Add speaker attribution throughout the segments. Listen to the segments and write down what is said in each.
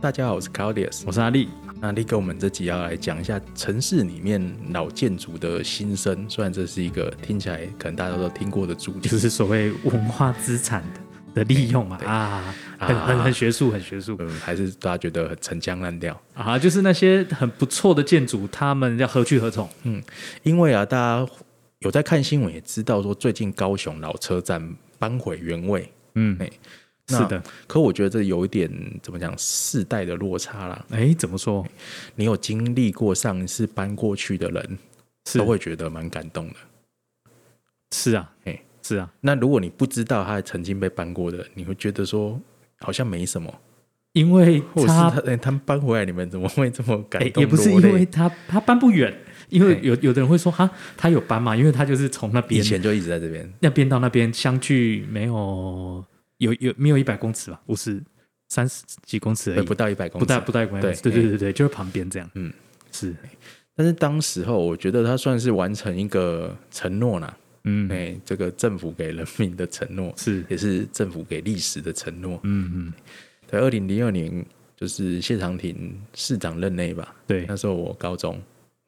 Speaker 1: 大家好，我是 Claudius，
Speaker 2: 我是阿力。
Speaker 1: 那力哥，我们这集要来讲一下城市里面老建筑的新生。虽然这是一个听起来可能大家都听过的主题，
Speaker 2: 就是所谓文化资产的的利用嘛，啊，很很很学术，很学术
Speaker 1: 嗯，还是大家觉得很陈腔滥调。
Speaker 2: 啊，就是那些很不错的建筑，他们要何去何从？
Speaker 1: 因为啊，大家有在看新闻，也知道说最近高雄老车站搬回原位，
Speaker 2: 嗯
Speaker 1: 哎，
Speaker 2: 是
Speaker 1: 那
Speaker 2: 的，
Speaker 1: 可我觉得这有一点怎么讲，世代的落差啦。
Speaker 2: 哎，怎么说？
Speaker 1: 你有经历过上一次搬过去的人，
Speaker 2: 是
Speaker 1: 都会觉得蛮感动的。
Speaker 2: 是啊
Speaker 1: 哎，
Speaker 2: 是啊，
Speaker 1: 那如果你不知道他曾经被搬过的，你会觉得说好像没什么，
Speaker 2: 因为
Speaker 1: 或者是
Speaker 2: 他
Speaker 1: 他、 哎他们搬回来，你们怎么会这么感
Speaker 2: 哎，
Speaker 1: 动、
Speaker 2: 也不是
Speaker 1: 落
Speaker 2: 因
Speaker 1: 泪
Speaker 2: 为他他搬不远，因为
Speaker 1: 哎
Speaker 2: 有有的人会说哈，他有搬嘛，因为他就是从那
Speaker 1: 以
Speaker 2: 边
Speaker 1: 前就一直在这边，
Speaker 2: 那边到那边相距没有有有没有一百公尺吧，五十三十几公尺而
Speaker 1: 对，
Speaker 2: 已
Speaker 1: 不，到一百公
Speaker 2: 不
Speaker 1: 尺
Speaker 2: 到。不到一百公尺，对
Speaker 1: 对
Speaker 2: 对
Speaker 1: 哎
Speaker 2: 对对，就是旁边这样，
Speaker 1: 嗯，
Speaker 2: 是，
Speaker 1: 但是当时候，我觉得他算是完成一个承诺啦，
Speaker 2: 嗯
Speaker 1: 哎、这个政府给人民的承诺，
Speaker 2: 是，
Speaker 1: 也是政府给历史的承诺。
Speaker 2: 嗯嗯，
Speaker 1: 对，二零零二年就是谢长廷市长任内吧，
Speaker 2: 对
Speaker 1: 那，时候我高中，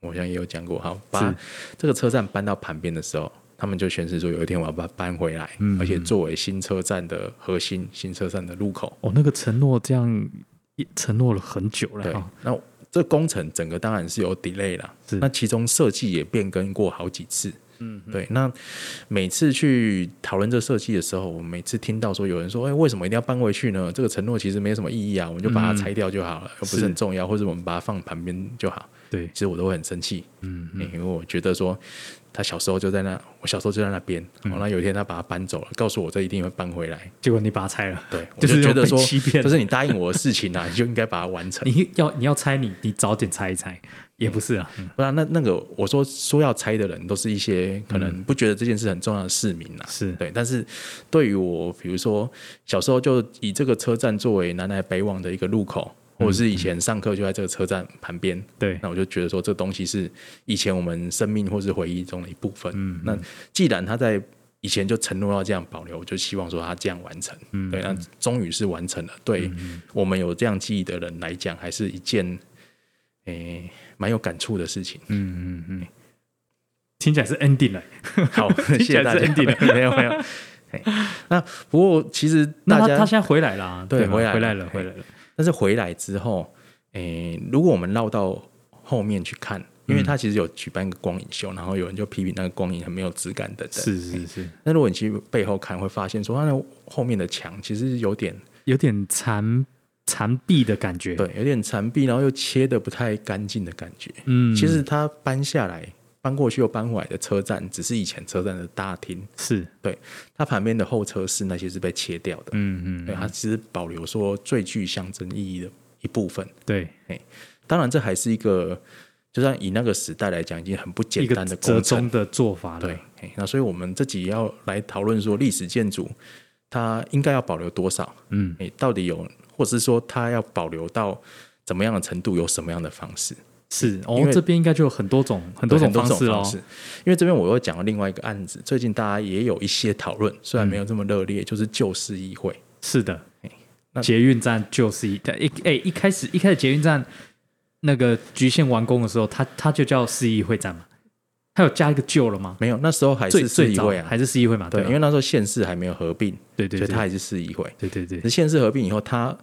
Speaker 1: 我好像也有讲过，好，把这个车站搬到旁边的时候，他们就宣示说有一天我要把它搬回来，
Speaker 2: 嗯
Speaker 1: 而且
Speaker 2: 嗯
Speaker 1: 作为新车站的核心、新车站的入口。
Speaker 2: 哦，那个承诺这样也承诺了很久了哦
Speaker 1: 对，
Speaker 2: 哈，
Speaker 1: 那这工程整个当然是有 delay 啦，
Speaker 2: 是
Speaker 1: 那其中设计也变更过好几次。
Speaker 2: 嗯，
Speaker 1: 对，那每次去讨论这设计的时候，我每次听到说有人说，哎、为什么一定要搬回去呢？这个承诺其实没什么意义啊，我们就把它
Speaker 2: 嗯
Speaker 1: 拆掉就好了，又不是
Speaker 2: 是嗯
Speaker 1: 很重要，或者我们把它放旁边就好。
Speaker 2: 对，
Speaker 1: 其实我都会很生气，
Speaker 2: 嗯
Speaker 1: 欸因为我觉得说他小时候就在那，我小时候就在那边，
Speaker 2: 嗯
Speaker 1: 然后、那有一天他把它搬走了，告诉我这一定会搬回 来，
Speaker 2: 结果你把它拆了，
Speaker 1: 对，我
Speaker 2: 就是
Speaker 1: 觉得
Speaker 2: 有
Speaker 1: 说
Speaker 2: 被欺骗
Speaker 1: 这是你答应我的事情啊，你就应该把它完成，
Speaker 2: 你要你要拆你你早点拆一拆，也不是啊，嗯
Speaker 1: 不然那那个我说说要拆的人都是一些可能不觉得这件事很重要的市民啊。
Speaker 2: 嗯是，
Speaker 1: 对，但是对于我，比如说小时候就以这个车站作为南来北往的一个入口，或者是以
Speaker 2: 嗯
Speaker 1: 前上课就在这个车站旁边，
Speaker 2: 对，
Speaker 1: 那我就觉得说，这东西是以前我们生命或是回忆中的一部分。
Speaker 2: 嗯
Speaker 1: 那既然他在以前就承诺要这样保留，我就希望说他这样完成。
Speaker 2: 嗯
Speaker 1: 对，那终于是完成了。对我们有这样记忆的人来讲，还是一件诶、蛮有感触的事情。
Speaker 2: 嗯嗯嗯，听起来是 ending 了，
Speaker 1: 好， 谢
Speaker 2: 听起
Speaker 1: 谢
Speaker 2: 来
Speaker 1: 大
Speaker 2: 是
Speaker 1: 家。
Speaker 2: ending
Speaker 1: 没有没有。嘿那不过其实
Speaker 2: 那
Speaker 1: 大
Speaker 2: 他
Speaker 1: 家
Speaker 2: 他现在回来啦，
Speaker 1: 对
Speaker 2: 吗
Speaker 1: 回来了哎
Speaker 2: 回来了，
Speaker 1: 嘿
Speaker 2: 回来了，
Speaker 1: 但是回来之后，诶、如果我们绕到后面去看，因
Speaker 2: 嗯
Speaker 1: 为他其实有举办一个光影秀，然后有人就批评那个光影很没有质感等等。
Speaker 2: 是是是，
Speaker 1: 那如果你去背后看，会发现说，它那后面的墙其实有点
Speaker 2: 有点残残壁的感觉，，
Speaker 1: 对，有点残壁，然后又切的不太干净的感觉。
Speaker 2: 嗯，
Speaker 1: 其实它搬下来、搬过去又搬回来的车站，只是以前车站的大厅，
Speaker 2: 是，
Speaker 1: 对，它旁边的候车室那些是被切掉的。
Speaker 2: 嗯嗯，
Speaker 1: 对，它其实保留说最具象征意义的一部分。
Speaker 2: 对，
Speaker 1: 当然，这还是一个，就算以那个时代来讲，已经很不简
Speaker 2: 一个
Speaker 1: 单的
Speaker 2: 折
Speaker 1: 工程。
Speaker 2: 中的做法了，
Speaker 1: 对，嘿那所以我们这集要来讨论说，历史建筑它应该要保留多少？
Speaker 2: 嗯，
Speaker 1: 诶，到底有，或者是说它要保留到怎么样的程度，有什么样的方式？
Speaker 2: 是，
Speaker 1: 因
Speaker 2: 哦
Speaker 1: 为，
Speaker 2: 这边应该就有很多种很多
Speaker 1: 对
Speaker 2: 种
Speaker 1: 很多
Speaker 2: 方
Speaker 1: 种
Speaker 2: 式哦喽
Speaker 1: 方，式。因为这边我又讲了另外一个案子，最近大家也有一些讨论，虽然没有
Speaker 2: 嗯
Speaker 1: 这么热烈，就是旧市议会。
Speaker 2: 是的
Speaker 1: 嘿那，
Speaker 2: 捷运站就是一一哎、一开始一开始捷运站那个局限完工的时候，它它就叫市议会站嘛，它有加一个旧了吗？
Speaker 1: 没有，那时候还
Speaker 2: 最
Speaker 1: 是市
Speaker 2: 最
Speaker 1: 议
Speaker 2: 早
Speaker 1: 会啊，
Speaker 2: 还是市议会嘛？
Speaker 1: 对，
Speaker 2: 吧
Speaker 1: 因为那时候县市还没有合并，
Speaker 2: 对对
Speaker 1: 所以它
Speaker 2: 对
Speaker 1: 还是市议会。
Speaker 2: 对对
Speaker 1: 可是
Speaker 2: 对，
Speaker 1: 县市合并以后，它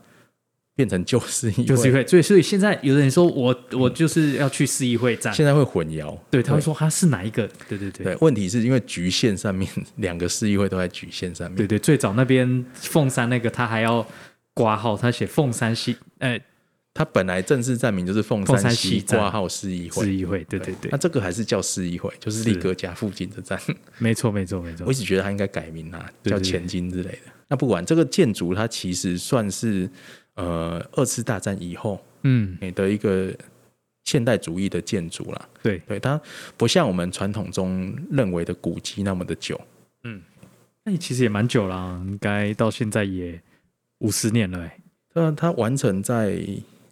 Speaker 1: 变成旧市议会，
Speaker 2: 就是议会，所以所以现在有的人说我我就是要去市议会站，
Speaker 1: 现在会混淆。
Speaker 2: 对，他会说他是哪一个？对对对
Speaker 1: 对，问题是因为局限上面 两个市议会都在局限上面。
Speaker 2: 对对，最早那边凤山那个他还要挂号，他写凤山西呃
Speaker 1: 它本来正式站名就是凤
Speaker 2: 凤
Speaker 1: 山
Speaker 2: 山
Speaker 1: 西
Speaker 2: 西站
Speaker 1: 挂号市议会
Speaker 2: 市，议会，对对对
Speaker 1: 那，这个还是叫市议会，就是力哥家附近的站。
Speaker 2: 没错没错没错
Speaker 1: 我一，直觉得它应该改名啊，
Speaker 2: 对
Speaker 1: 叫
Speaker 2: 对
Speaker 1: 前进之类的。那不管这个建筑，它其实算是呃二次大战以后
Speaker 2: 嗯
Speaker 1: 诶的一个现代主义的建筑啦。
Speaker 2: 对，
Speaker 1: 对，它不像我们传统中认为的古迹那么的久。
Speaker 2: 那其实也蛮久了、啊应该到现在也五十年了、欸。
Speaker 1: 那它完成在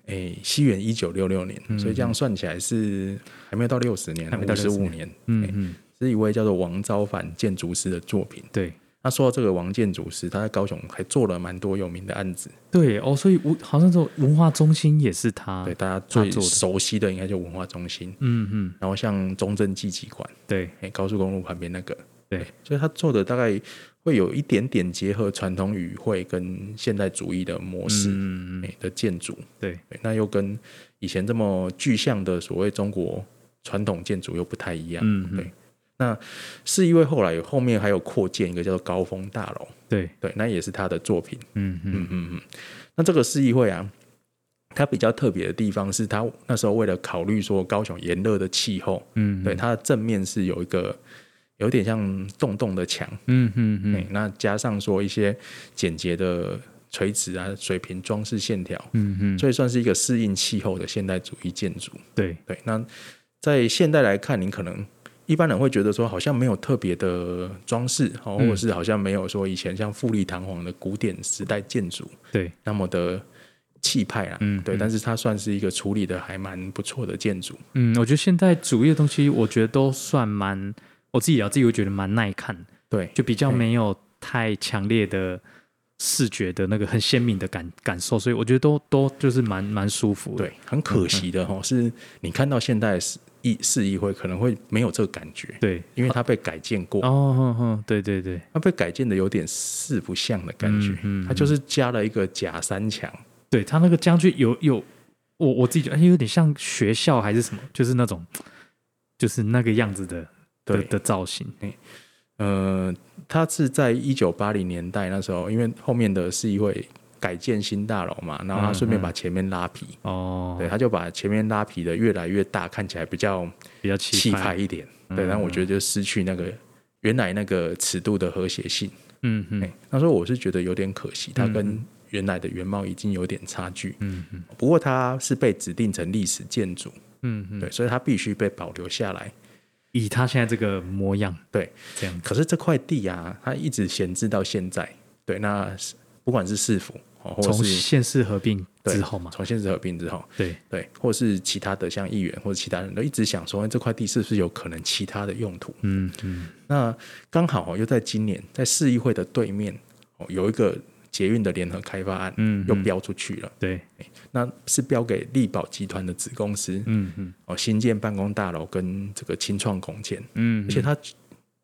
Speaker 1: 诶、西元一九六六年，
Speaker 2: 嗯
Speaker 1: 所以这样算起来是还没有到六十年
Speaker 2: 还，没
Speaker 1: 五
Speaker 2: 到
Speaker 1: 十
Speaker 2: 60
Speaker 1: 五
Speaker 2: 年
Speaker 1: 年，
Speaker 2: 嗯嗯，
Speaker 1: 是一位叫做王昭凡建筑师的作品。
Speaker 2: 对，
Speaker 1: 那说到这个王建筑师，他在高雄还做了蛮多有名的案子，
Speaker 2: 对哦，所以文好像说文化中心也是他，
Speaker 1: 对大家
Speaker 2: 做
Speaker 1: 最
Speaker 2: 的
Speaker 1: 熟悉的应该就文化中心，
Speaker 2: 嗯嗯，
Speaker 1: 然后像中正纪纪馆，
Speaker 2: 对，
Speaker 1: 哎、高速公路旁边那个，
Speaker 2: 对
Speaker 1: 哎，所以他做的大概会有一点点结合传统语汇跟现代主义的模式，
Speaker 2: 嗯嗯嗯
Speaker 1: 哎、的建筑，
Speaker 2: 对，
Speaker 1: 对，那又跟以前这么具象的所谓中国传统建筑又不太一样，
Speaker 2: 嗯嗯
Speaker 1: 对。那是因为后来有后面还有扩建一个叫做高峰大楼，
Speaker 2: 对，
Speaker 1: 对，那也是他的作品。
Speaker 2: 嗯嗯
Speaker 1: 嗯嗯嗯。那这个市议会啊，它比较特别的地方是，它那时候为了考虑说高雄炎热的气候，
Speaker 2: 嗯，
Speaker 1: 对，它的正面是有一个有点像洞洞的墙，
Speaker 2: 嗯嗯
Speaker 1: 对
Speaker 2: 嗯，
Speaker 1: 那加上说一些简洁的垂直啊、水平装饰线条，
Speaker 2: 嗯嗯，
Speaker 1: 所以算是一个适应气候的现代主义建筑。
Speaker 2: 对，
Speaker 1: 对，那在现代来看，你可能一般人会觉得说，好像没有特别的装饰，哦，或
Speaker 2: 嗯
Speaker 1: 者是好像没有说以前像富丽堂皇的古典时代建筑
Speaker 2: 对，
Speaker 1: 那么的气派啦。
Speaker 2: 嗯
Speaker 1: 对，但是它算是一个处理的还蛮不错的建筑。
Speaker 2: 嗯，我觉得现在主义的东西，我觉得都算蛮，我自己啊聊自己会觉得蛮耐看的，
Speaker 1: 对，
Speaker 2: 就比较
Speaker 1: 对
Speaker 2: 没有太强烈的视觉的那个很鲜明的感感受，所以我觉得都都就是蛮蛮舒服的。
Speaker 1: 对，很
Speaker 2: 嗯
Speaker 1: 可惜的哦，是你看到现代市议市议会可能会没有这个感觉，
Speaker 2: 对
Speaker 1: 因为它被改建过
Speaker 2: 哦，，哼哼对对对，
Speaker 1: 它被改建的有点四不像的感觉，
Speaker 2: 嗯嗯嗯
Speaker 1: 它就是加了一个假山墙。
Speaker 2: 对他那个将军有有，我我自己觉得哎有点像学校还是什么，就是那种就是那个样子的的
Speaker 1: 对，
Speaker 2: 的造型。
Speaker 1: 呃，它是在一九八零年代那时候，因为后面的市议会改建新大楼嘛，然后他顺
Speaker 2: 嗯
Speaker 1: 便把前面拉皮，
Speaker 2: 哦，
Speaker 1: 对，他就把前面拉皮的越来越大，看起来比较
Speaker 2: 比较
Speaker 1: 气
Speaker 2: 气
Speaker 1: 派
Speaker 2: 派。嗯
Speaker 1: 一点，对，然后我觉得就失去那个原来那个尺度的和谐性。
Speaker 2: 嗯嗯
Speaker 1: 哎，那时候我是觉得有点可惜，它跟原来的原貌已经有点差距。
Speaker 2: 嗯嗯
Speaker 1: 不过它是被指定成历史建筑，
Speaker 2: 嗯嗯，
Speaker 1: 对，所以它必须被保留下来。
Speaker 2: 以他现在这个模样，
Speaker 1: 对，
Speaker 2: 这样子。
Speaker 1: 可是这块地啊，它一直闲置到现在。对，那是不管是市府，哦或者
Speaker 2: 从
Speaker 1: 是
Speaker 2: 县市合并
Speaker 1: 对
Speaker 2: 之后嘛，
Speaker 1: 从县市合并之后，
Speaker 2: 对，
Speaker 1: 对，或是其他的像议员或者其他人都一直想说，哎这块地是不是有可能其他的用途？
Speaker 2: 嗯嗯，
Speaker 1: 那刚好、哦、又在今年，在市议会的对面、哦、有一个捷运的联合开发案，
Speaker 2: 嗯
Speaker 1: 又标出去了。
Speaker 2: 对，
Speaker 1: 那是标给力宝集团的子公司
Speaker 2: 嗯嗯
Speaker 1: 哦，新建办公大楼跟这个清创空间，
Speaker 2: 嗯
Speaker 1: 而且它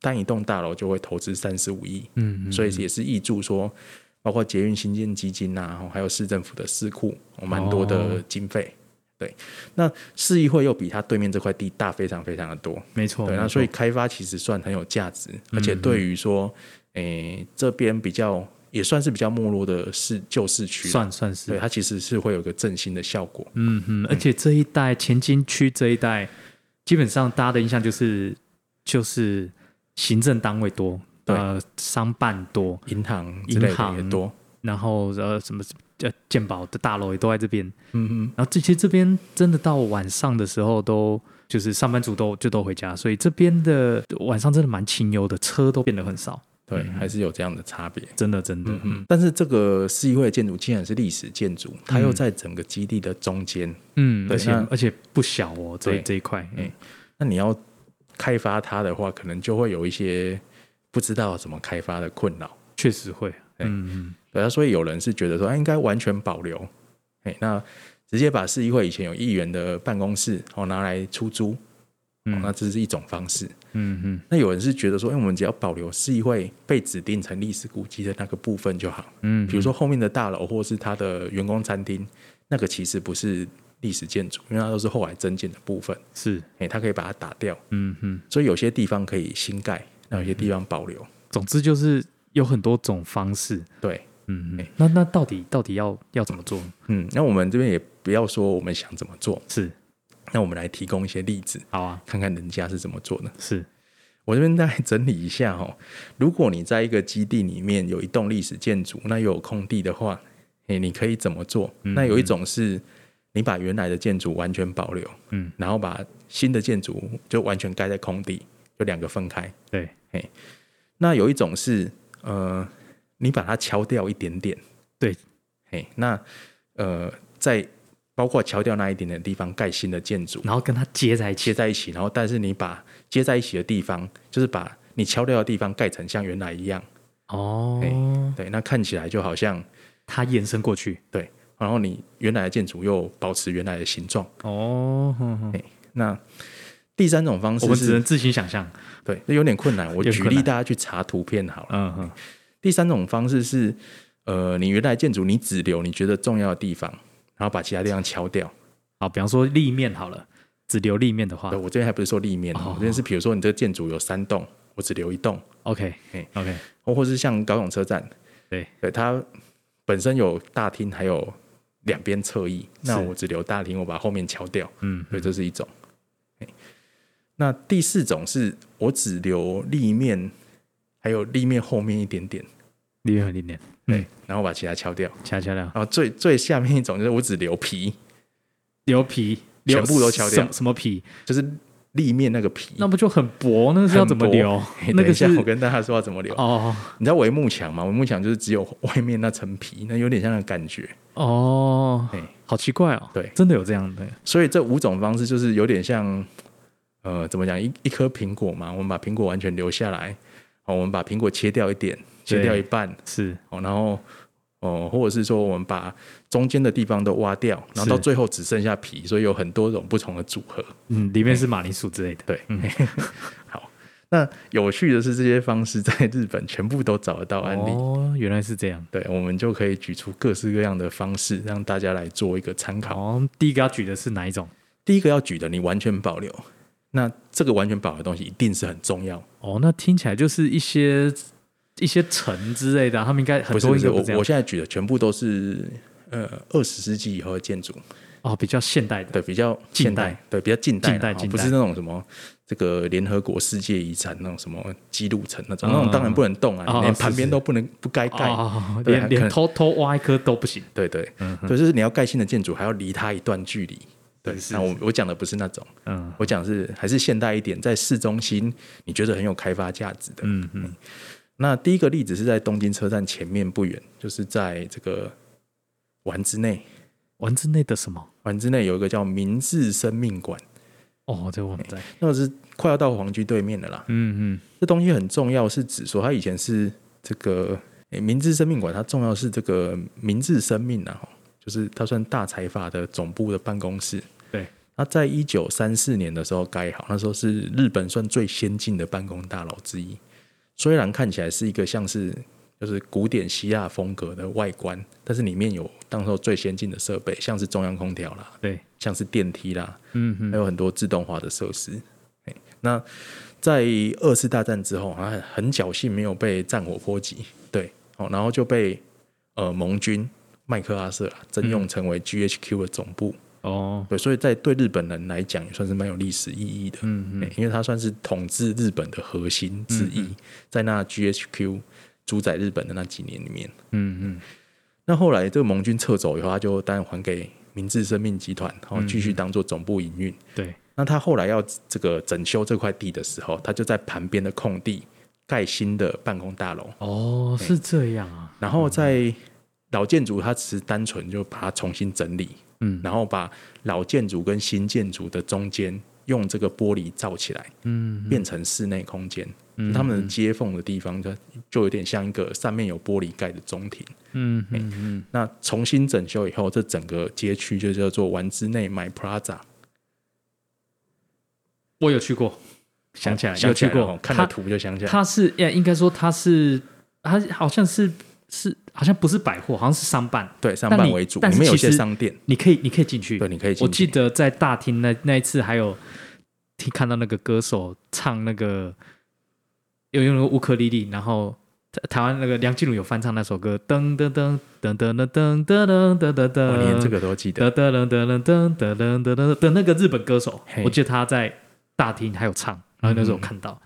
Speaker 1: 单一栋大楼就会投资三十五亿，
Speaker 2: 嗯，
Speaker 1: 所以也是挹注说，包括捷运新建基金呐、啊，哦还有市政府的市库，哦蛮多的
Speaker 2: 哦
Speaker 1: 经费。对，那市议会又比它对面这块地大非常非常的多，
Speaker 2: 没错，
Speaker 1: 对，
Speaker 2: 没
Speaker 1: 那
Speaker 2: 错
Speaker 1: 所以开发其实算很有价值，而且对于说，诶、这边比较也算是比较没落的市旧市区啦，
Speaker 2: 算算
Speaker 1: 对
Speaker 2: 是，
Speaker 1: 它其实是会有个振兴的效果。
Speaker 2: 嗯嗯，而且这一代前金区这一代，基本上大家的印象就是就是行政单位多，
Speaker 1: 对
Speaker 2: 呃，商办多，
Speaker 1: 银行之类
Speaker 2: 银
Speaker 1: 的
Speaker 2: 行
Speaker 1: 也多。
Speaker 2: 然后呃什么呃健保的大楼也都在这边，
Speaker 1: 嗯
Speaker 2: 然后这些这边真的到晚上的时候都。就是上班族都就都回家，所以这边的晚上真的蛮清幽的，车都变得很少，
Speaker 1: 对，还是有这样的差别。
Speaker 2: 真的真的，
Speaker 1: 嗯，但是这个市议会的建筑既然是历史建筑，它又在整个基地的中间，
Speaker 2: 嗯，
Speaker 1: 对
Speaker 2: 而且
Speaker 1: 那
Speaker 2: 而且不小哦，这
Speaker 1: 对
Speaker 2: 这一块，嗯
Speaker 1: 哎那你要开发它的话，可能就会有一些不知道怎么开发的困扰。
Speaker 2: 确实会，嗯，嗯
Speaker 1: 对啊，所以有人是觉得说，哎，应该完全保留，哎，那直接把市议会以前有议员的办公室哦拿来出租，哦
Speaker 2: 嗯，
Speaker 1: 那这是一种方式。
Speaker 2: 嗯嗯
Speaker 1: 那有人是觉得说，哎，我们只要保留市议会被指定成历史古迹的那个部分就好。
Speaker 2: 嗯，
Speaker 1: 比如说后面的大楼或是它的员工餐厅，那个其实不是历史建筑，因为它都是后来增建的部分，
Speaker 2: 是，
Speaker 1: 哎、它可以把它打掉，
Speaker 2: 嗯嗯，
Speaker 1: 所以有些地方可以新盖，那有些地方保留。
Speaker 2: 总之就是有很多种方式，
Speaker 1: 对，
Speaker 2: 嗯，嗯
Speaker 1: 哎
Speaker 2: 那那到底到底要要怎么做？
Speaker 1: 嗯，那我们这边也不要说我们想怎么做，
Speaker 2: 是，
Speaker 1: 那我们来提供一些例子，
Speaker 2: 好啊，
Speaker 1: 看看人家是怎么做的。
Speaker 2: 是，
Speaker 1: 我这边再整理一下哦，如果你在一个基地里面有一栋历史建筑，那又有空地的话，哎、你可以怎么做？那有一种是你把原来的建筑完全保留，
Speaker 2: 嗯，
Speaker 1: 然后把新的建筑就完全盖在空地，就两个分开。
Speaker 2: 对，
Speaker 1: 那有一种是呃，你把它敲掉一点点，
Speaker 2: 对，
Speaker 1: 嘿，那呃，在包括敲掉那一点点的地方盖新的建筑，
Speaker 2: 然后跟它接在一
Speaker 1: 接
Speaker 2: 起，
Speaker 1: 在一起，然后但是你把接在一起的地方，就是把你敲掉的地方盖成像原来一样，
Speaker 2: 哦，
Speaker 1: 对，那看起来就好像
Speaker 2: 它延伸过去，
Speaker 1: 对，然后你原来的建筑又保持原来的形状。
Speaker 2: 哦，哼哼
Speaker 1: 哎那第三种方
Speaker 2: 我
Speaker 1: 式
Speaker 2: 们只能
Speaker 1: 是，
Speaker 2: 自行想象，
Speaker 1: 对，那有点困难。我
Speaker 2: 有点
Speaker 1: 举
Speaker 2: 困
Speaker 1: 例
Speaker 2: 难
Speaker 1: 大家去查图片好了。
Speaker 2: 嗯哼，
Speaker 1: 第三种方式是，呃，你原来建筑你只留你觉得重要的地方，然后把其他地方敲掉。
Speaker 2: 好，比方说立面好了，只留立面的话
Speaker 1: 对我这边还不是说立面，
Speaker 2: 哦
Speaker 1: 我这边是比如说你这建筑有三栋，我只留一栋，
Speaker 2: ，OK
Speaker 1: 哎
Speaker 2: OK，
Speaker 1: 或或是像高雄车站，
Speaker 2: 对
Speaker 1: 对，它本身有大厅，还有两边侧翼，那我只留大厅，我把后面敲掉，
Speaker 2: 嗯，
Speaker 1: 所以这是一种。嘿那第四种是我只留立面，还有立面后面一点点，
Speaker 2: 立面和立面，
Speaker 1: 对，
Speaker 2: 嗯，
Speaker 1: 然后把其他敲掉。
Speaker 2: 敲敲亮，
Speaker 1: 然后最最下面一种就是我只留皮，
Speaker 2: 留皮，留
Speaker 1: 全部都敲掉
Speaker 2: 什么什么皮？
Speaker 1: 就是立面那个皮。
Speaker 2: 那不就很薄？那个是要怎么
Speaker 1: 很薄
Speaker 2: 留
Speaker 1: 嘿？
Speaker 2: 那
Speaker 1: 等
Speaker 2: 个
Speaker 1: 一下
Speaker 2: 是，
Speaker 1: 我跟大家说要怎么留。
Speaker 2: 哦
Speaker 1: 你知道帷幕墙吗？帷幕墙就是只有外面那层皮，那有点像那感觉。
Speaker 2: 哦
Speaker 1: 嘿，
Speaker 2: 好奇怪哦，
Speaker 1: 对
Speaker 2: 真的有这样的，
Speaker 1: 所以这五种方式就是有点像，呃，怎么讲？一一颗苹果嘛，我们把苹果完全留下来，哦，我们把苹果切掉一点，切
Speaker 2: 对
Speaker 1: 掉一半，
Speaker 2: 是
Speaker 1: 哦，然后哦，或者是说我们把中间的地方都挖掉，然后到
Speaker 2: 是
Speaker 1: 最后只剩下皮，所以有很多种不同的组合。
Speaker 2: 嗯，里面是马铃薯之类的。
Speaker 1: 对， 好。那有趣的是，这些方式在日本全部都找得到案例。
Speaker 2: 哦，原来是这样。
Speaker 1: 对，我们就可以举出各式各样的方式，让大家来做一个参考。
Speaker 2: 哦，第一个要举的是哪一种？
Speaker 1: 第一个要举的，你完全保留，那这个完全保留的东西一定是很重要。
Speaker 2: 哦，那听起来就是一些一些城之类的啊、他们应该很
Speaker 1: 不是不
Speaker 2: 多应
Speaker 1: 是，
Speaker 2: 该不
Speaker 1: 我
Speaker 2: 这样
Speaker 1: 我现在举的全部都是呃二十世纪以后的建筑，
Speaker 2: 哦，比较现代的。
Speaker 1: 对，比较
Speaker 2: 近
Speaker 1: 现代，
Speaker 2: 代
Speaker 1: 对，比较近代啦，
Speaker 2: 近代
Speaker 1: 哦
Speaker 2: 近代
Speaker 1: 不是那种什么这个联合国世界遗产那种什么基路城那种，
Speaker 2: 嗯
Speaker 1: 那种当然不能动
Speaker 2: 哦
Speaker 1: 啊，连
Speaker 2: 是
Speaker 1: 旁边
Speaker 2: 是
Speaker 1: 都不能不该盖。
Speaker 2: 哦，
Speaker 1: 对
Speaker 2: 连
Speaker 1: 还可
Speaker 2: 连
Speaker 1: 能
Speaker 2: 偷偷挖一颗都不行。
Speaker 1: 对对，
Speaker 2: 嗯哼
Speaker 1: 对就是你要盖新的建筑，还要离它一段距离。对
Speaker 2: 是，是
Speaker 1: 那我我讲的不是那种，
Speaker 2: 嗯
Speaker 1: 我讲的是还是现代一点，在市中心你觉得很有开发价值的。
Speaker 2: 嗯嗯，
Speaker 1: 那第一个例子是在东京车站前面不远，就是在这个丸之内，
Speaker 2: 丸之内的什么？
Speaker 1: 丸之内有一个叫明治生命馆，
Speaker 2: 哦，这我不在。
Speaker 1: 那个是快要到皇居对面的啦。
Speaker 2: 嗯嗯，
Speaker 1: 这东西很重要，是指说它以前是这个、诶明治生命馆，它重要是这个明治生命啊，吼就是它算大财阀的总部的办公室。
Speaker 2: 对，
Speaker 1: 它在一九三四年的时候盖好，那时候是日本算最先进的办公大楼之一。虽然看起来是一个像是就是古典希腊风格的外观，但是里面有当时候最先进的设备，像是中央空调啦，
Speaker 2: 对，
Speaker 1: 像是电梯啦，
Speaker 2: 嗯嗯，
Speaker 1: 还有很多自动化的设施。嘿那在二次大战之后，啊，很侥幸没有被战火波及，对，哦，然后就被呃盟军麦克阿瑟啊征用成
Speaker 2: 嗯
Speaker 1: 为 GHQ 的总部，
Speaker 2: 哦，
Speaker 1: 对，所以在对日本人来讲也算是蛮有历史意义的，
Speaker 2: 嗯嗯，
Speaker 1: 嘿因为它算是统治日本的核心之一，在那 GHQ 主宰日本的那几年里面，
Speaker 2: 嗯嗯，
Speaker 1: 那后来这个盟军撤走以后，他就当然还给明治生命集团，然
Speaker 2: 嗯
Speaker 1: 后继续当做总部营运。
Speaker 2: 对，
Speaker 1: 那他后来要这个整修这块地的时候，他就在旁边的空地盖新的办公大楼，
Speaker 2: 哦，是这样啊。
Speaker 1: 然后在老建筑它只是单纯就把它重新整理，
Speaker 2: 嗯
Speaker 1: 然后把老建筑跟新建筑的中间用这个玻璃罩起来，
Speaker 2: 嗯
Speaker 1: 变成室内空间。
Speaker 2: 嗯
Speaker 1: 他们的接缝的地方就就有点像一个上面有玻璃盖的中庭。
Speaker 2: 嗯嗯嗯，
Speaker 1: 那重新整修以后，这整个街区就叫做丸之内买 Plaza。
Speaker 2: 我有去过，想起来
Speaker 1: 哦
Speaker 2: 有
Speaker 1: 想起
Speaker 2: 去
Speaker 1: 来了
Speaker 2: 过
Speaker 1: 哦，看
Speaker 2: 它
Speaker 1: 了图就想起来。
Speaker 2: 它是呃，应该说它是，它好像是是好像不是百货，好像是商办。
Speaker 1: 对，上
Speaker 2: 但
Speaker 1: 半
Speaker 2: 你
Speaker 1: 为主，
Speaker 2: 但
Speaker 1: 里
Speaker 2: 是
Speaker 1: 面有
Speaker 2: 其
Speaker 1: 些
Speaker 2: 实
Speaker 1: 商店，
Speaker 2: 你可以你可以进去，
Speaker 1: 对，你可以进去。
Speaker 2: 我记得在大厅那那一次还有听看到那个歌手唱那个，有用那个乌克丽丽，然后台台湾那个梁静茹有翻唱那首歌，噔噔噔噔噔噔噔噔噔噔
Speaker 1: 我哦连
Speaker 2: 噔，
Speaker 1: 这个都记得。
Speaker 2: 噔噔噔噔噔噔噔噔噔的那个日本歌手，
Speaker 1: 嘿
Speaker 2: 我记得他在大厅还有唱，然后那时候我看到，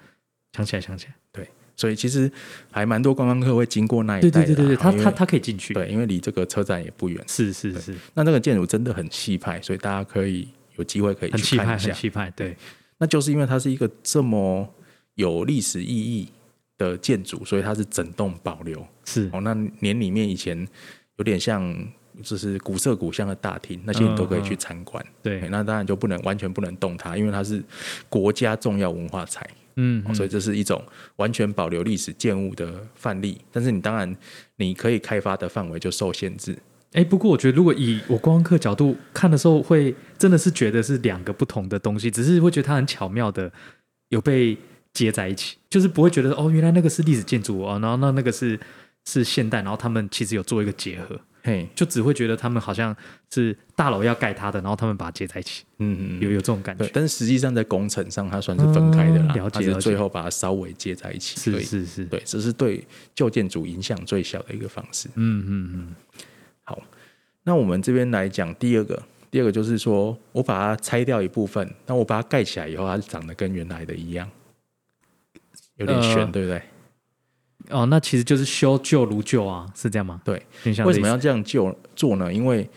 Speaker 2: 想起来想起来，
Speaker 1: 所以其实还蛮多观光客会经过那一
Speaker 2: 对
Speaker 1: 带
Speaker 2: 对
Speaker 1: 的啦
Speaker 2: 对对对，哎他
Speaker 1: 因为
Speaker 2: 他他可以进去，
Speaker 1: 对，因为离这个车站也不远。
Speaker 2: 是是是，
Speaker 1: 那这个建筑真的很气派，所以大家可以有机会可以
Speaker 2: 很
Speaker 1: 去
Speaker 2: 气
Speaker 1: 看
Speaker 2: 派
Speaker 1: 一
Speaker 2: 很
Speaker 1: 下。
Speaker 2: 气派，对，
Speaker 1: 那就是因为它是一个这么有历史意义的建筑，所以它是整栋保留。
Speaker 2: 是
Speaker 1: 哦，那年里面以前有点像就是古色古香的大厅，那些你都可以
Speaker 2: 嗯
Speaker 1: 去参观。
Speaker 2: 对
Speaker 1: 哎，那当然就不能完全不能动它，因为它是国家重要文化财。
Speaker 2: 嗯
Speaker 1: 哦所以这是一种完全保留历史建物的范例。但是你当然你可以开发的范围就受限制。
Speaker 2: 哎、不过我觉得，如果以我观光客角度看的时候，会真的是觉得是两个不同的东西，只是会觉得它很巧妙的有被接在一起，就是不会觉得哦，原来那个是历史建筑哦，然后那那个是是现代，然后他们其实有做一个结合，
Speaker 1: 嘿，
Speaker 2: 就只会觉得他们好像是大楼要盖它的，然后他们把它接在一起，
Speaker 1: 嗯嗯
Speaker 2: 有
Speaker 1: 嗯，
Speaker 2: 有这种感觉
Speaker 1: 对。，但是实际上在工程上它算是分开的啦，
Speaker 2: 嗯了解
Speaker 1: 它是
Speaker 2: 了解
Speaker 1: 最后把它稍微接在一起而
Speaker 2: 是
Speaker 1: 已。
Speaker 2: 是是，
Speaker 1: 对，这是对旧建筑影响最小的一个方式。
Speaker 2: 嗯嗯嗯，
Speaker 1: 好，那我们这边来讲第二个，第二个就是说我把它拆掉一部分，那我把它盖起来以后，它长得跟原来的一样，有点悬，
Speaker 2: 呃
Speaker 1: 对不对？
Speaker 2: 哦，那其实就是修旧如旧啊，是这样吗？
Speaker 1: 对，
Speaker 2: 有点像
Speaker 1: 为什么
Speaker 2: 这意
Speaker 1: 要
Speaker 2: 思
Speaker 1: 这样就做呢？因为，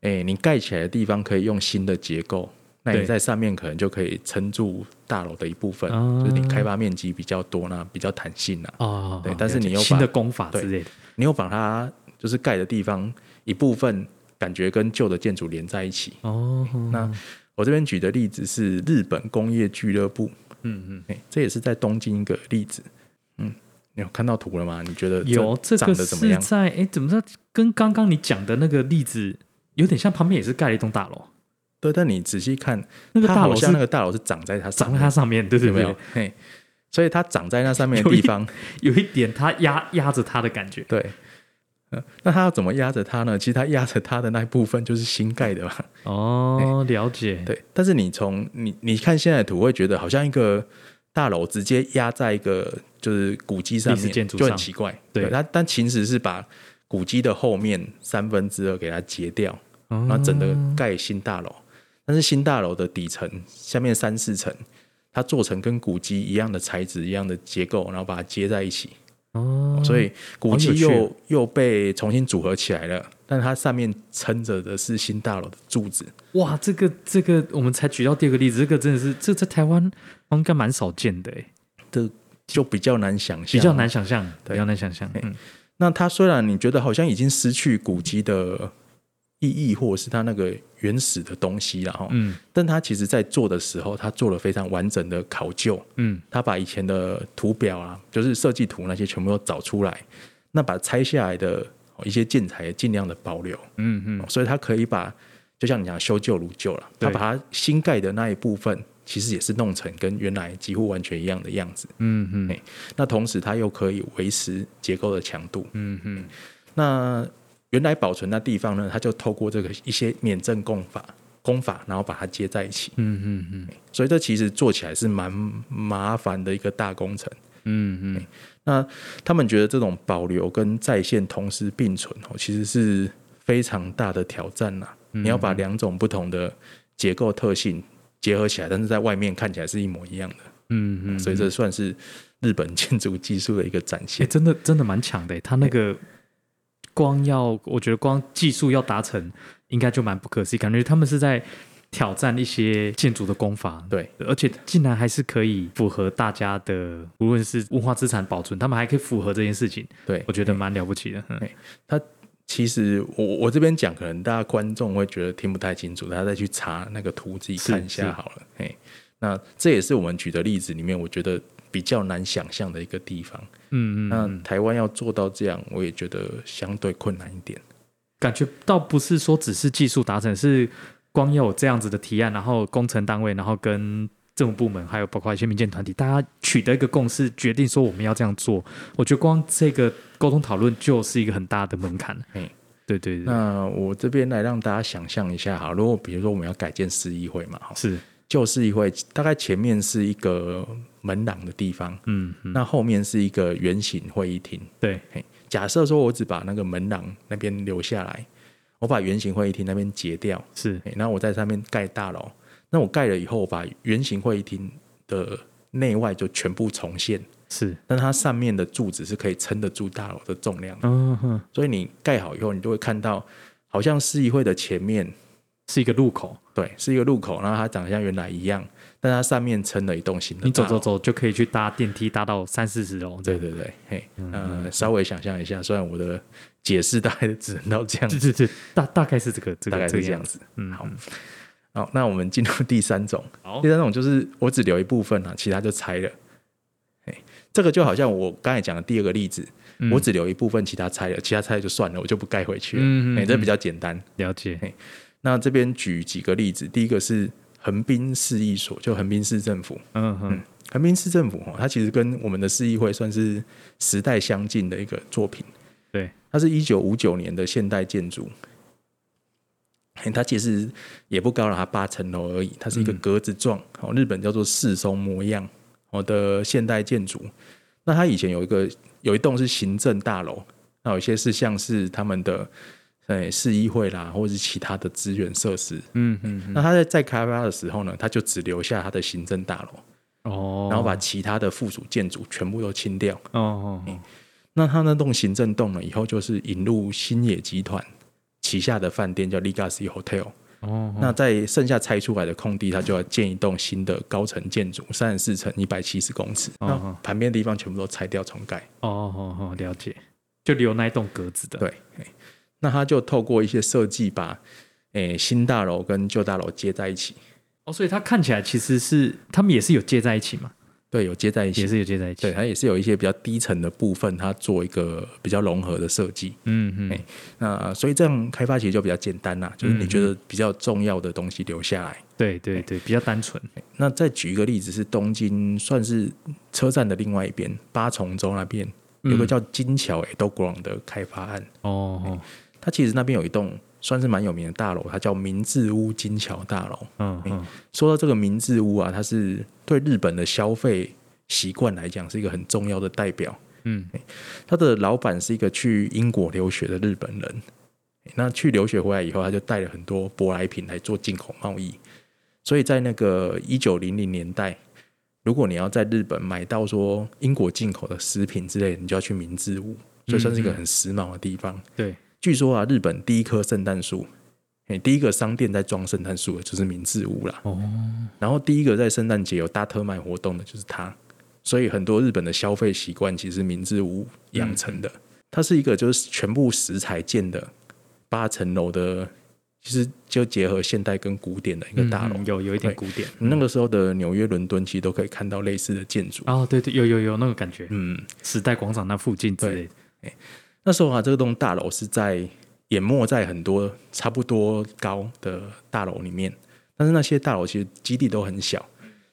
Speaker 1: 哎、你盖起来的地方可以用新的结构，那你
Speaker 2: 对
Speaker 1: 在上面可能就可以撑住大楼的一部分，
Speaker 2: 啊
Speaker 1: 就是你开发面积比较多那比较弹性啊。
Speaker 2: 哦，
Speaker 1: 对但是
Speaker 2: 了解
Speaker 1: 你又把
Speaker 2: 新的功法
Speaker 1: 对
Speaker 2: 之类的，
Speaker 1: 你又把它就是盖的地方一部分，感觉跟旧的建筑连在一起。
Speaker 2: 哦，
Speaker 1: 那我这边举的例子是日本工业俱乐部，
Speaker 2: 嗯嗯。
Speaker 1: 哎、这也是在东京一个例子。嗯，你有看到图了吗？你觉得
Speaker 2: 有这
Speaker 1: 长
Speaker 2: 个
Speaker 1: 得
Speaker 2: 是
Speaker 1: 怎么样？
Speaker 2: 在哎，怎么说？跟刚刚你讲的那个例子有点像，旁边也是盖了一栋大楼，
Speaker 1: 对，但你仔细看，
Speaker 2: 那个
Speaker 1: 它
Speaker 2: 大
Speaker 1: 好
Speaker 2: 楼是
Speaker 1: 像那个大楼是长在它上
Speaker 2: 长在
Speaker 1: 面，
Speaker 2: 它上面，对对
Speaker 1: 嗯有没
Speaker 2: 对，
Speaker 1: 有？嘿，所以它长在那上面的地方，
Speaker 2: 有一点它压压着它的感觉。
Speaker 1: 对。呃那它要怎么压着它呢？其实它压着它的那一部分就是新盖的嘛，
Speaker 2: 哦，了解，
Speaker 1: 对。但是你从你你看现在的图，会觉得好像一个大楼直接压在一个就是古迹上
Speaker 2: 历史
Speaker 1: 面，
Speaker 2: 建筑
Speaker 1: 就很
Speaker 2: 上
Speaker 1: 奇怪。
Speaker 2: 对
Speaker 1: 它但其实是把古迹的后面三分之二给它截掉，
Speaker 2: 然
Speaker 1: 然后整个盖新大楼。但是新大楼的底层下面三四层，它做成跟古迹一样的材质、一样的结构，然后把它接在一起，
Speaker 2: 哦，
Speaker 1: 所以古迹
Speaker 2: 好
Speaker 1: 又、
Speaker 2: 有
Speaker 1: 又被重新组合起来了。但它上面撑着的是新大楼的柱子，
Speaker 2: 哇，这个这个我们才举到第二个例子，这个真的是这在台湾好像应该蛮少见的，哎，
Speaker 1: 这就比较难想象，
Speaker 2: 比较难。想象，
Speaker 1: 对
Speaker 2: 比较难想象。嗯
Speaker 1: 那它虽然你觉得好像已经失去古迹的意义，或者是它那个原始的东西了哈，
Speaker 2: 嗯
Speaker 1: 但它其实在做的时候，它做了非常完整的考究。
Speaker 2: 嗯，
Speaker 1: 他把以前的图表啊，就是设计图那些全部都找出来，那把拆下来的哦一些建材也尽量的保留，
Speaker 2: 嗯嗯
Speaker 1: 哦所以他可以把就像你讲修旧如旧了，他
Speaker 2: 对
Speaker 1: 把它新盖的那一部分其实也是弄成跟原来几乎完全一样的样子，
Speaker 2: 嗯嗯
Speaker 1: 那同时它又可以维持结构的强度，
Speaker 2: 嗯嗯，
Speaker 1: 那原来保存那地方呢，它就透过这个一些免震工法工法，然后把它接在一起，
Speaker 2: 嗯嗯嗯
Speaker 1: 所以这其实做起来是蛮麻烦的一个大工程。哎
Speaker 2: 嗯嗯，
Speaker 1: 那他们觉得这种保留跟在线同时并存哦，其实是非常大的挑战啦。
Speaker 2: 嗯
Speaker 1: 你要把两种不同的结构特性结合起来，但是在外面看起来是一模一样的，
Speaker 2: 嗯嗯，
Speaker 1: 所以这算是日本建筑技术的一个展
Speaker 2: 欸，
Speaker 1: 现。
Speaker 2: 真的真的蛮强的欸，他那个光要，我觉得光技术要达成，应该就蛮不可思议，感觉他们是在挑战一些建筑的功法，
Speaker 1: 对，
Speaker 2: 而且竟然还是可以符合大家的，无论是文化资产保存，他们还可以符合这件事情，
Speaker 1: 对
Speaker 2: 我觉得蛮了不起的。嗯
Speaker 1: 其实我我这边讲，可能大家观众会觉得听不太清楚，大家再去查那个图自己看一
Speaker 2: 是
Speaker 1: 下
Speaker 2: 是
Speaker 1: 好了。嘿，那这也是我们举的例子里面，我觉得比较难想象的一个地方。
Speaker 2: 嗯嗯，
Speaker 1: 那台湾要做到这样，我也觉得相对困难一点。
Speaker 2: 感觉倒不是说只是技术达成，是光要有这样子的提案，然后工程单位，然后跟政府部门，还有包括一些民间团体，大家取得一个共识，决定说我们要这样做。我觉得光这个沟通讨论就是一个很大的门槛。
Speaker 1: 嗯
Speaker 2: 嗯，对对对，
Speaker 1: 那我这边来让大家想象一下哈，如果比如说我们要改建市议会嘛，哈，
Speaker 2: 是，
Speaker 1: 旧市议会大概前面是一个门廊的地方，
Speaker 2: 嗯嗯，
Speaker 1: 那后面是一个圆形会议厅。
Speaker 2: 对，
Speaker 1: 嘿，假设说我只把那个门廊那边留下来，我把圆形会议厅那边截掉，
Speaker 2: 是，
Speaker 1: 嘿，那我在上面盖大楼，那我盖了以后，我把圆形会议厅的内外就全部重现，
Speaker 2: 是，
Speaker 1: 但它上面的柱子是可以撑得住大楼的重量的。
Speaker 2: 嗯哼，
Speaker 1: 所以你盖好以后，你就会看到，好像市议会的前面，
Speaker 2: 是一个路口，
Speaker 1: 对，是一个路口，然后它长得像原来一样，但它上面撑了一栋新的。
Speaker 2: 你走走，走就可以去搭电梯，搭到三四十楼。
Speaker 1: 对，对对，嘿，呃，稍微想象一下，虽然我的解释大概只能到这样
Speaker 2: 对
Speaker 1: 子，
Speaker 2: 对对，大大概是这个这
Speaker 1: 大
Speaker 2: 个
Speaker 1: 概
Speaker 2: 这
Speaker 1: 是
Speaker 2: 个
Speaker 1: 这样
Speaker 2: 样子。
Speaker 1: 子。
Speaker 2: 嗯，哦
Speaker 1: 好，好，那我们进入第三种，
Speaker 2: 好
Speaker 1: 第，三种就是我只留一部分啊，其他就拆了。这个就好像我刚才讲的第二个例子，
Speaker 2: 嗯
Speaker 1: 我只留一部分，其他拆了，其他拆了就算了，我就不盖回去了。
Speaker 2: 嗯嗯
Speaker 1: 哎、这比
Speaker 2: 嗯
Speaker 1: 较简单。
Speaker 2: 了解，
Speaker 1: 那这边举几个例子，第一个是横滨市役所，就横滨市政府。
Speaker 2: 嗯哼，
Speaker 1: 横滨市政府哦，它其实跟我们的市议会算是时代相近的一个作品。
Speaker 2: 对，
Speaker 1: 它是一九五九年的现代建筑，嘿它其实也不高了，它八层楼而已。它是一个
Speaker 2: 嗯
Speaker 1: 格子状，哦，日本叫做四松模样哦的现代建筑。那它以前有一个有一栋是行政大楼，那有一些是像是他们的呃市议会啦，或者是其他的资源设施。
Speaker 2: 嗯嗯，
Speaker 1: 那它在在开发的时候呢，它就只留下它的行政大楼。
Speaker 2: 哦，
Speaker 1: 然后把其他的附属建筑全部都清掉。
Speaker 2: 哦哦哦
Speaker 1: 那他那栋行政栋呢，以后就是引入新野集团旗下的饭店叫 Legacy Hotel。
Speaker 2: 哦，
Speaker 1: 那在剩下拆出来的空地，他就要建一栋新的高层建筑，三十四层，一百七十公尺。
Speaker 2: 哦
Speaker 1: 那旁边的地方全部都拆掉重盖。
Speaker 2: 哦哦哦，了解，就留那一栋格子的，
Speaker 1: 对，嘿那他就透过一些设计把，诶新大楼跟旧大楼接在一起。
Speaker 2: 哦，所以它看起来其实是他们也是有接在一起嘛，
Speaker 1: 对，有接在一
Speaker 2: 也
Speaker 1: 起。
Speaker 2: 是有接在一起，
Speaker 1: 对，它也是有一些比较低层的部分，它做一个比较融合的设计。
Speaker 2: 嗯嗯
Speaker 1: 哎，那所以这样开发其实就比较简单啦，就是你觉得比较重要的东西留下来。
Speaker 2: 对对对，比较单纯，
Speaker 1: 那再举一个例子，是东京算是车站的另外一边，八重洲那边有个叫金桥 e d o g r o n 的开发案，
Speaker 2: 哦哦，
Speaker 1: 它其实那边有一栋算是蛮有名的大楼，它叫明治屋金桥大楼。
Speaker 2: 嗯嗯，
Speaker 1: 说到这个明治屋啊，它是对日本的消费习惯来讲是一个很重要的代表。
Speaker 2: 嗯，
Speaker 1: 他的老板是一个去英国留学的日本人，那去留学回来以后，他就带了很多舶来品来做进口贸易。所以在那个一九零零年代，如果你要在日本买到说英国进口的食品之类，你就要去明治屋，所以算是一个很时髦的地方。
Speaker 2: 对，
Speaker 1: 据说啊，日本第一棵圣诞树，哎，第一个商店在装圣诞树的就是明治屋啦。
Speaker 2: 哦，
Speaker 1: 然后第一个在圣诞节有大特卖活动的就是它，所以很多日本的消费习惯其实明治屋养成的。它是一个就是全部石材建的八层楼的，其实就结合现代跟古典的一个大楼。
Speaker 2: 嗯嗯有有一点古典，
Speaker 1: 那个时候的纽约、伦敦其实都可以看到类似的建筑。
Speaker 2: 哦，对对，有有有那种感觉，
Speaker 1: 嗯，
Speaker 2: 时代广场那附近之类的，
Speaker 1: 那时候啊，这栋大楼是在淹没在很多差不多高的大楼里面，但是那些大楼其实基地都很小，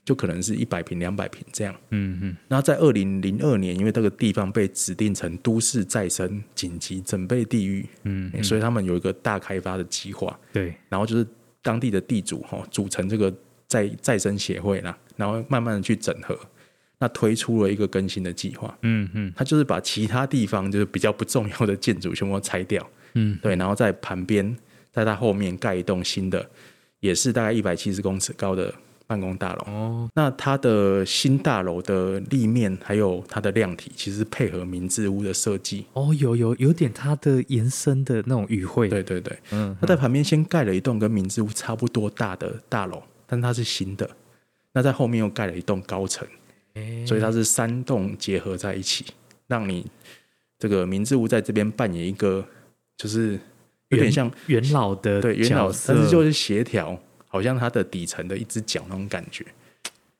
Speaker 1: 就可能是一百平、两百平这样。
Speaker 2: 嗯嗯，
Speaker 1: 那在二零零二年，因为这个地方被指定成都市再生紧急准备地域，
Speaker 2: 嗯
Speaker 1: 欸所以他们有一个大开发的计划，
Speaker 2: 对，
Speaker 1: 然后就是当地的地主哈、哦、组成这个再再生协会啦，然后慢慢的去整合，那推出了一个更新的计划，
Speaker 2: 嗯嗯
Speaker 1: 它就是把其他地方就是比较不重要的建筑全部都拆掉，
Speaker 2: 嗯，
Speaker 1: 对，然后在旁边在它后面盖一栋新的，也是大概一百七十公尺高的办公大楼。
Speaker 2: 哦，
Speaker 1: 那它的新大楼的立面还有它的量体，其实配合明治屋的设计。
Speaker 2: 哦，有有有点它的延伸的那种语汇，
Speaker 1: 对对对，
Speaker 2: 嗯，
Speaker 1: 它在旁边先盖了一栋跟明治屋差不多大的大楼，但它是新的。那在后面又盖了一栋高层，
Speaker 2: 哎，
Speaker 1: 所以它是三栋结合在一起，让你这个明治屋在这边扮演一个就是有点像
Speaker 2: 元老的
Speaker 1: 对元老
Speaker 2: 角，色
Speaker 1: 但是就是协调，好像它的底层的一只脚那种感觉。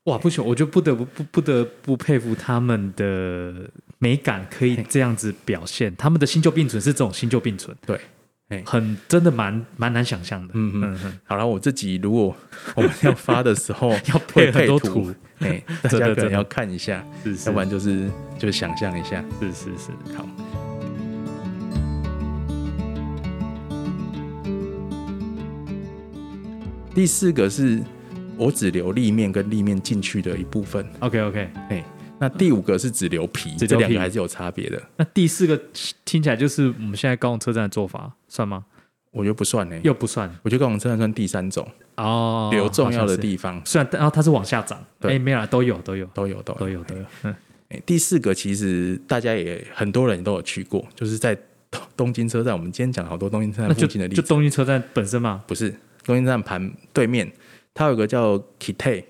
Speaker 2: 哇，不行，我就不得不不不得不佩服他们的美感可以这样子表现，他们的新旧并存是这种新旧并存，
Speaker 1: 对，哎
Speaker 2: 很真的蛮蛮难想象的，
Speaker 1: 嗯
Speaker 2: 嗯嗯，
Speaker 1: 好了，我自己如果我们要发的时候
Speaker 2: 要配
Speaker 1: 会
Speaker 2: 很多
Speaker 1: 图
Speaker 2: 图，
Speaker 1: 哎，大
Speaker 2: 真
Speaker 1: 家可
Speaker 2: 的真
Speaker 1: 能
Speaker 2: 的
Speaker 1: 要看一下，
Speaker 2: 是是
Speaker 1: 要不然就是就想象一下。
Speaker 2: 是是是，
Speaker 1: 好，第四个是我只留立面跟立面进去的一部分，
Speaker 2: OK OK，
Speaker 1: 哎，那第五个是只留皮，
Speaker 2: 只留皮
Speaker 1: 这两个还是有差别的，
Speaker 2: 那第四个听起来就是我们现在高雄车站的做法，算吗？
Speaker 1: 我觉得不算呢。
Speaker 2: 又不算
Speaker 1: 我觉得高雄车站算第三种，
Speaker 2: 哦，
Speaker 1: 留重要
Speaker 2: 好
Speaker 1: 的
Speaker 2: 像是，
Speaker 1: 地方
Speaker 2: 虽然然后它是往下长，
Speaker 1: 对
Speaker 2: 哎，没有啦，都有都有
Speaker 1: 都有，都有
Speaker 2: 都有都有，嗯，
Speaker 1: 欸第四个其实大家也很多人都有去过，就是在东东京车站。我们今天讲好多东京车
Speaker 2: 那
Speaker 1: 站
Speaker 2: 就
Speaker 1: 附近的例
Speaker 2: 就
Speaker 1: 子，
Speaker 2: 东京车站本身嘛，
Speaker 1: 不是东京车站盘对面，它有个叫 Kitei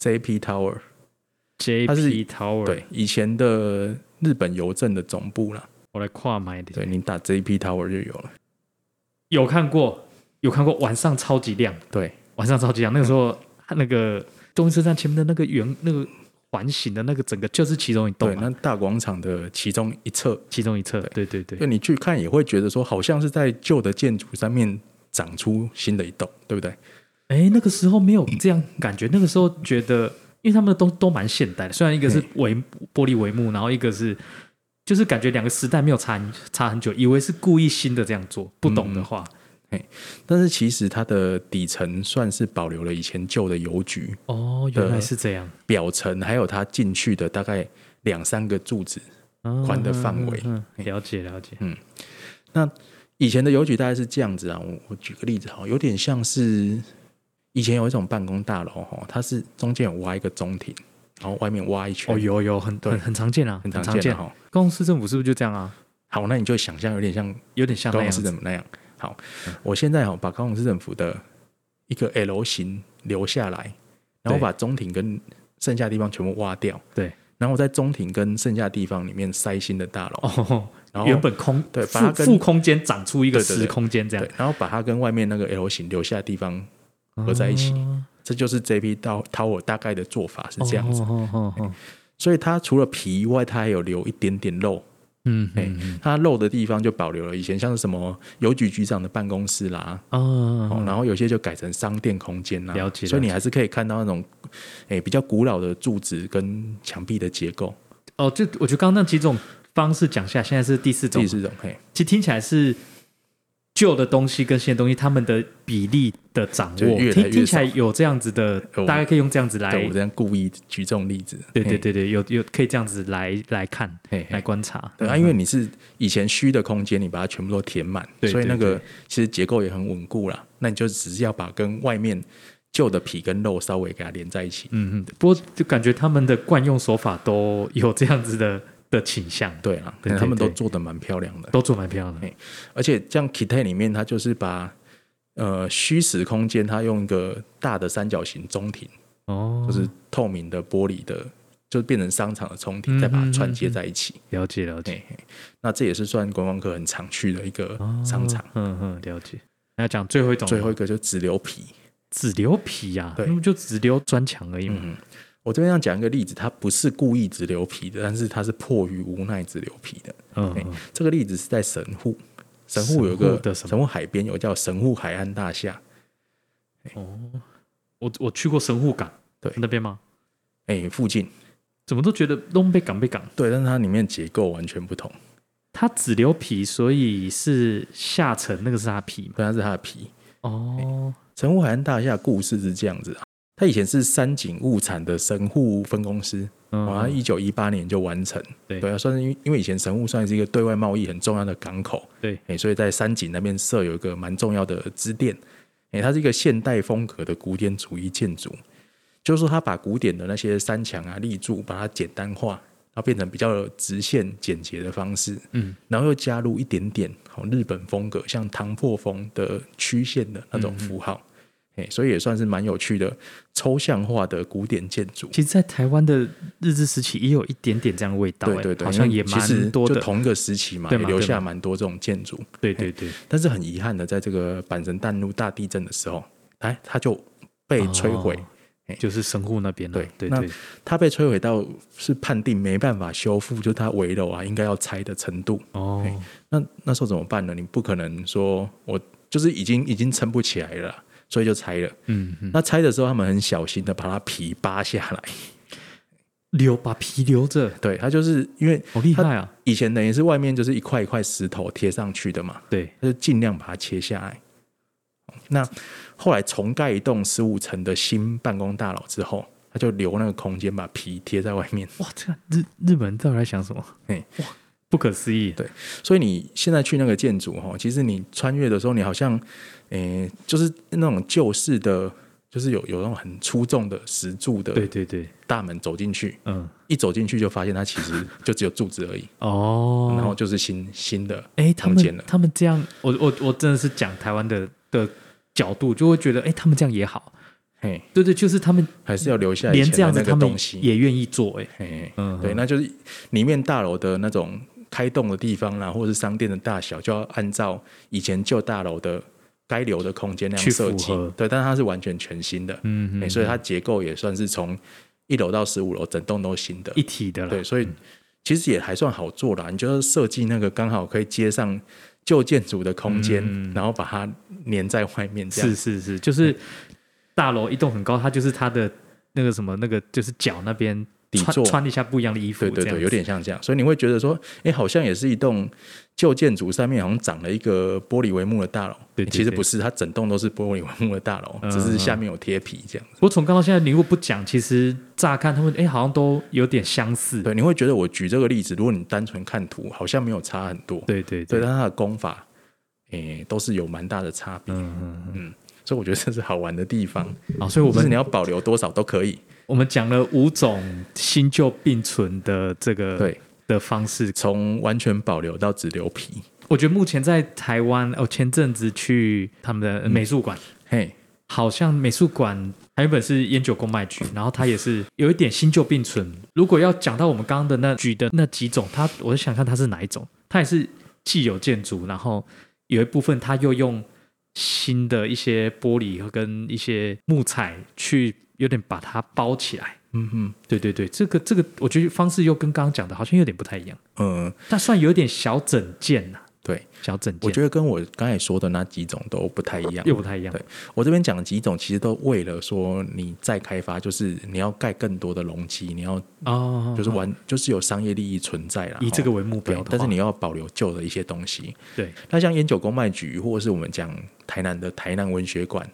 Speaker 1: JP Tower，它是
Speaker 2: JP Tower，，
Speaker 1: 对，以前的日本邮政的总部啦。
Speaker 2: 我来跨买的，
Speaker 1: 对你打 JP Tower 就有了。
Speaker 2: 有看过，有看过，晚上超级亮，
Speaker 1: 对，
Speaker 2: 晚上超级亮。那个时候，那个东京车站前面的那个圆那个环形的那个整个就是其中一
Speaker 1: 对，
Speaker 2: 栋嘛，
Speaker 1: 那大广场的其中一侧，
Speaker 2: 其中一侧，对对对
Speaker 1: 就你去看也会觉得说，好像是在旧的建筑上面长出新的一栋，对不对？
Speaker 2: 哎，那个时候没有这样感觉，那个时候觉得，因为他们都都蛮现代的，虽然一个是帷玻璃帷幕，然后一个是就是感觉两个时代没有差很差很久，以为是故意新的这样做，不懂的
Speaker 1: 嗯
Speaker 2: 话，
Speaker 1: 但是其实它的底层算是保留了以前旧的邮局，
Speaker 2: 哦，原来是这样，
Speaker 1: 表层还有它进去的大概两三个柱子。
Speaker 2: 嗯
Speaker 1: 宽的范围
Speaker 2: 嗯嗯嗯了解了解，
Speaker 1: 以前的邮局大概是这样子啊，我我举个例子哈，有点像是以前有一种办公大楼哈，它是中间有挖一个中庭，然后外面挖一圈，
Speaker 2: 哦，有有很
Speaker 1: 对
Speaker 2: 很很常见啊，
Speaker 1: 很
Speaker 2: 很
Speaker 1: 常见哈。
Speaker 2: 公司政府是不是就这样啊？
Speaker 1: 好，那你就想象有点像
Speaker 2: 有点像
Speaker 1: 高
Speaker 2: 那
Speaker 1: 雄
Speaker 2: 样
Speaker 1: 市
Speaker 2: 子嗯
Speaker 1: 政府那样。好，我现在哈把高雄市政府的一个 L 型留下来，然后
Speaker 2: 对
Speaker 1: 把中庭跟剩下的地方全部挖掉，
Speaker 2: 对
Speaker 1: 然后在中庭跟剩下的地方里面塞新的大楼，
Speaker 2: 哦
Speaker 1: 然，后
Speaker 2: 原本空
Speaker 1: 对把它
Speaker 2: 负
Speaker 1: 跟
Speaker 2: 负空间长出一个
Speaker 1: 对对对
Speaker 2: 实空间这样
Speaker 1: 对，然后把它跟外面那个 L 型留下的地方合在一起，
Speaker 2: 哦
Speaker 1: 这就是 JP 到 Tower 大概的做法是这样子。
Speaker 2: 哦哦哦哦
Speaker 1: 所以它除了皮以外，它还有留一点点肉。
Speaker 2: 嗯
Speaker 1: 哎、
Speaker 2: 嗯嗯
Speaker 1: 它肉的地方就保留了以前像是什么邮局局长的办公室啦，
Speaker 2: 哦
Speaker 1: 哦，然后有些就改成商店空间啦。
Speaker 2: 了解
Speaker 1: 所以你还是可以看到那种，哎、比较古老的柱子跟墙壁的结构。
Speaker 2: 哦，就我觉得刚刚那几种方式讲下，现在是第四
Speaker 1: 这
Speaker 2: 种
Speaker 1: 也，是一种嘿，
Speaker 2: 其实听起来是旧的东西跟新的东西它们的比例的掌握，
Speaker 1: 就越来越
Speaker 2: 听听起来
Speaker 1: 少
Speaker 2: 有这样子的，
Speaker 1: 有
Speaker 2: 大概可以用这样子来，
Speaker 1: 对我这样故意举这种例子。
Speaker 2: 对对对对，有有可以这样子来来看
Speaker 1: 嘿，嘿
Speaker 2: 来观察，
Speaker 1: 对啊，因为你是以前虚的空间，你把它全部都填满，
Speaker 2: 对
Speaker 1: 所以那个
Speaker 2: 对
Speaker 1: 其实结构也很稳固啦。那你就只是要把跟外面旧的皮跟肉稍微给它连在一起。
Speaker 2: 嗯嗯，不过就感觉他们的惯用手法都 有这样子的的倾向，
Speaker 1: 对啊，
Speaker 2: 对对
Speaker 1: 他们都
Speaker 2: 对
Speaker 1: 做的蛮漂亮的。
Speaker 2: 都做蛮漂亮的
Speaker 1: 嘿，而且像 Kite 里面，它就是把呃虚实空间，它用一个大的三角形中庭，
Speaker 2: 哦，
Speaker 1: 就是透明的玻璃的，就变成商场的中庭，
Speaker 2: 嗯
Speaker 1: 再把它串接在一起。
Speaker 2: 了解了解，
Speaker 1: 嘿嘿那这也是算观光客很常去的一个
Speaker 2: 哦
Speaker 1: 商场。，
Speaker 2: 嗯嗯，了解。那讲最后一种，
Speaker 1: 最后一个就只留皮。
Speaker 2: 只留皮呀、
Speaker 1: 对
Speaker 2: 那不就只留砖墙而已嘛。
Speaker 1: 嗯，我这边要讲一个例子，它不是故意只留皮的，但是它是迫于无奈只留皮的。
Speaker 2: 嗯，
Speaker 1: 嘿
Speaker 2: 嗯
Speaker 1: 这个例子是在神户，神户有
Speaker 2: 神
Speaker 1: 个
Speaker 2: 户的什么
Speaker 1: 神户海边有叫神户海岸大厦。
Speaker 2: 哦，我我去过神户港，
Speaker 1: 对
Speaker 2: 那边吗？
Speaker 1: 哎、附近
Speaker 2: 怎么都觉得东北港北港，
Speaker 1: 对，但是它里面结构完全不同。
Speaker 2: 它只留皮，所以是下层那个是它皮嘛。
Speaker 1: 对，它是它的皮。
Speaker 2: 哦，
Speaker 1: 神户海岸大厦的故事是这样子啊，它以前是三井物产的神户分公司，
Speaker 2: 嗯
Speaker 1: 好像一九一八年就完成。
Speaker 2: 对
Speaker 1: 对啊，算是因为因为以前神户算是一个对外贸易很重要的港口，
Speaker 2: 对，
Speaker 1: 哎、所以在三井那边设有一个蛮重要的支店。哎、它是一个现代风格的古典主义建筑，就是说它把古典的那些山墙啊、立柱，把它简单化，然后变成比较直线简洁的方式。
Speaker 2: 嗯，
Speaker 1: 然后又加入一点点哦日本风格，像唐破风的曲线的那
Speaker 2: 嗯
Speaker 1: 种符号，哎、所以也算是蛮有趣的抽象化的古典建筑。
Speaker 2: 其实，在台湾的日治时期也有一点点这样的味道、
Speaker 1: 对
Speaker 2: 哎
Speaker 1: 对对，
Speaker 2: 好像
Speaker 1: 因为
Speaker 2: 也
Speaker 1: 其实
Speaker 2: 蛮多
Speaker 1: 就
Speaker 2: 的。
Speaker 1: 同一个时期嘛，也
Speaker 2: 对嘛
Speaker 1: 留
Speaker 2: 对
Speaker 1: 下
Speaker 2: 嘛
Speaker 1: 蛮多这种建筑。
Speaker 2: 对对对，
Speaker 1: 但是很遗憾的，在这个阪神淡路大地震的时候，哎，它就被摧毁。
Speaker 2: 哦
Speaker 1: 嘿
Speaker 2: 就是神户那边了。
Speaker 1: 对
Speaker 2: 对
Speaker 1: 那
Speaker 2: 对，
Speaker 1: 它被摧毁到是判定没办法修复，就是它围楼啊应该要拆的程度。哎
Speaker 2: 哦，
Speaker 1: 那那时候怎么办呢？你不可能说我就是已经已经撑不起来了啦，所以就拆了。
Speaker 2: 嗯嗯，
Speaker 1: 那拆的时候，他们很小心的把它皮扒下来。
Speaker 2: 留把皮留着，
Speaker 1: 对，它就是因为
Speaker 2: 好厉害啊！
Speaker 1: 以前等于是外面就是一块一块石头贴上去的嘛，
Speaker 2: 对，
Speaker 1: 它就尽量把它切下来。那后来重盖一栋十五层的新办公大楼之后，它就留那个空间把皮贴在外面。
Speaker 2: 哇，这样日日本人到底在想什么？
Speaker 1: 嘿
Speaker 2: 哇，不可思议。
Speaker 1: 所以你现在去那个建筑哈，其实你穿越的时候，你好像诶、就是那种旧式的，就是有有那种很粗重的石柱
Speaker 2: 对
Speaker 1: 的
Speaker 2: 对对，
Speaker 1: 大门走进去，
Speaker 2: 嗯，
Speaker 1: 一走进去就发现它其实就只有柱子而已。
Speaker 2: 哦，
Speaker 1: 然后就是新新的
Speaker 2: 哎、他
Speaker 1: 空间
Speaker 2: 们
Speaker 1: 了。
Speaker 2: 他们这样，我我我真的是讲台湾的的角度，就会觉得哎、他们这样也好，
Speaker 1: 嘿，
Speaker 2: 对对，就是他们
Speaker 1: 还是要留下以
Speaker 2: 连
Speaker 1: 前
Speaker 2: 这样
Speaker 1: 的
Speaker 2: 子
Speaker 1: 那
Speaker 2: 他
Speaker 1: 个
Speaker 2: 们
Speaker 1: 东西。
Speaker 2: 也愿意做、哎，
Speaker 1: 嘿，
Speaker 2: 嗯
Speaker 1: 对，
Speaker 2: 嗯
Speaker 1: 那就是里面大楼的那种开动的地方啦，或者是商店的大小，就要按照以前旧大楼的该留的空间那样
Speaker 2: 去
Speaker 1: 设
Speaker 2: 符
Speaker 1: 计
Speaker 2: 合。
Speaker 1: 对，但它是完全全新的，
Speaker 2: 嗯
Speaker 1: 嘿
Speaker 2: 嗯，
Speaker 1: 所以它结构也算是从一楼到十五楼整栋都新的，
Speaker 2: 一体的
Speaker 1: 对，
Speaker 2: 了。
Speaker 1: 所以其实也还算好做啦。你就是设计那个刚好可以接上旧建筑的空间，
Speaker 2: 嗯
Speaker 1: 然后把它粘在外面，这样
Speaker 2: 是是是，就是大楼一栋很高，它就是它的那个什么那个就是脚那边
Speaker 1: 底
Speaker 2: 穿
Speaker 1: 座
Speaker 2: 穿一下不一样的衣服，
Speaker 1: 对对
Speaker 2: 这样
Speaker 1: 对，
Speaker 2: 子
Speaker 1: 有点像这样，所以你会觉得说，哎，好像也是一栋旧建筑，上面好像长了一个玻璃帷幕的大楼。
Speaker 2: 对对
Speaker 1: 其实
Speaker 2: 对
Speaker 1: 不是，它整栋都是玻璃帷幕的大楼，
Speaker 2: 嗯
Speaker 1: 只是下面有贴皮这样子。
Speaker 2: 不过从刚到现在，你如果不讲，其实乍看他们哎、诶好像都有点相似。
Speaker 1: 对，你会觉得我举这个例子，如果你单纯看图，好像没有差很多。
Speaker 2: 对
Speaker 1: 对，
Speaker 2: 对对，
Speaker 1: 但它的功法，诶、都是有蛮大的差别。
Speaker 2: 嗯嗯
Speaker 1: 所以我觉得这是好玩的地方，
Speaker 2: 嗯，好，所以我
Speaker 1: 就是
Speaker 2: 们
Speaker 1: 你要保留多少都可以。
Speaker 2: 我们讲了五种新旧并存的这个
Speaker 1: 对，
Speaker 2: 的方式。
Speaker 1: 从完全保留到只留皮。
Speaker 2: 我觉得目前在台湾，哦，前阵子去他们的美术馆，
Speaker 1: 嘿，
Speaker 2: 好像美术馆它原本是烟酒公卖局，然后它也是有一点新旧并存。如果要讲到我们刚刚的那举的那几种，它我就想看它是哪一种，它也是既有建筑，然后有一部分它又用新的一些玻璃跟一些木材去有点把它包起来。
Speaker 1: 嗯嗯
Speaker 2: 对对对，这个这个我觉得方式又跟刚刚讲的好像有点不太一样，
Speaker 1: 嗯，
Speaker 2: 但算有点小整件呐、
Speaker 1: 对，
Speaker 2: 小整件，
Speaker 1: 我觉得跟我刚才说的那几种都不太一样。
Speaker 2: 又不太一样
Speaker 1: 对。我这边讲的几种，其实都为了说你再开发，就是你要盖更多的容积，你要
Speaker 2: 哦，
Speaker 1: 就是完，就是有商业利益存在啦。
Speaker 2: 以这个为目
Speaker 1: 目标
Speaker 2: 标，的话，
Speaker 1: 但是你要保留旧的一些东西。
Speaker 2: 对
Speaker 1: 那像烟酒公卖局，或者是我们讲台南的台南文学馆，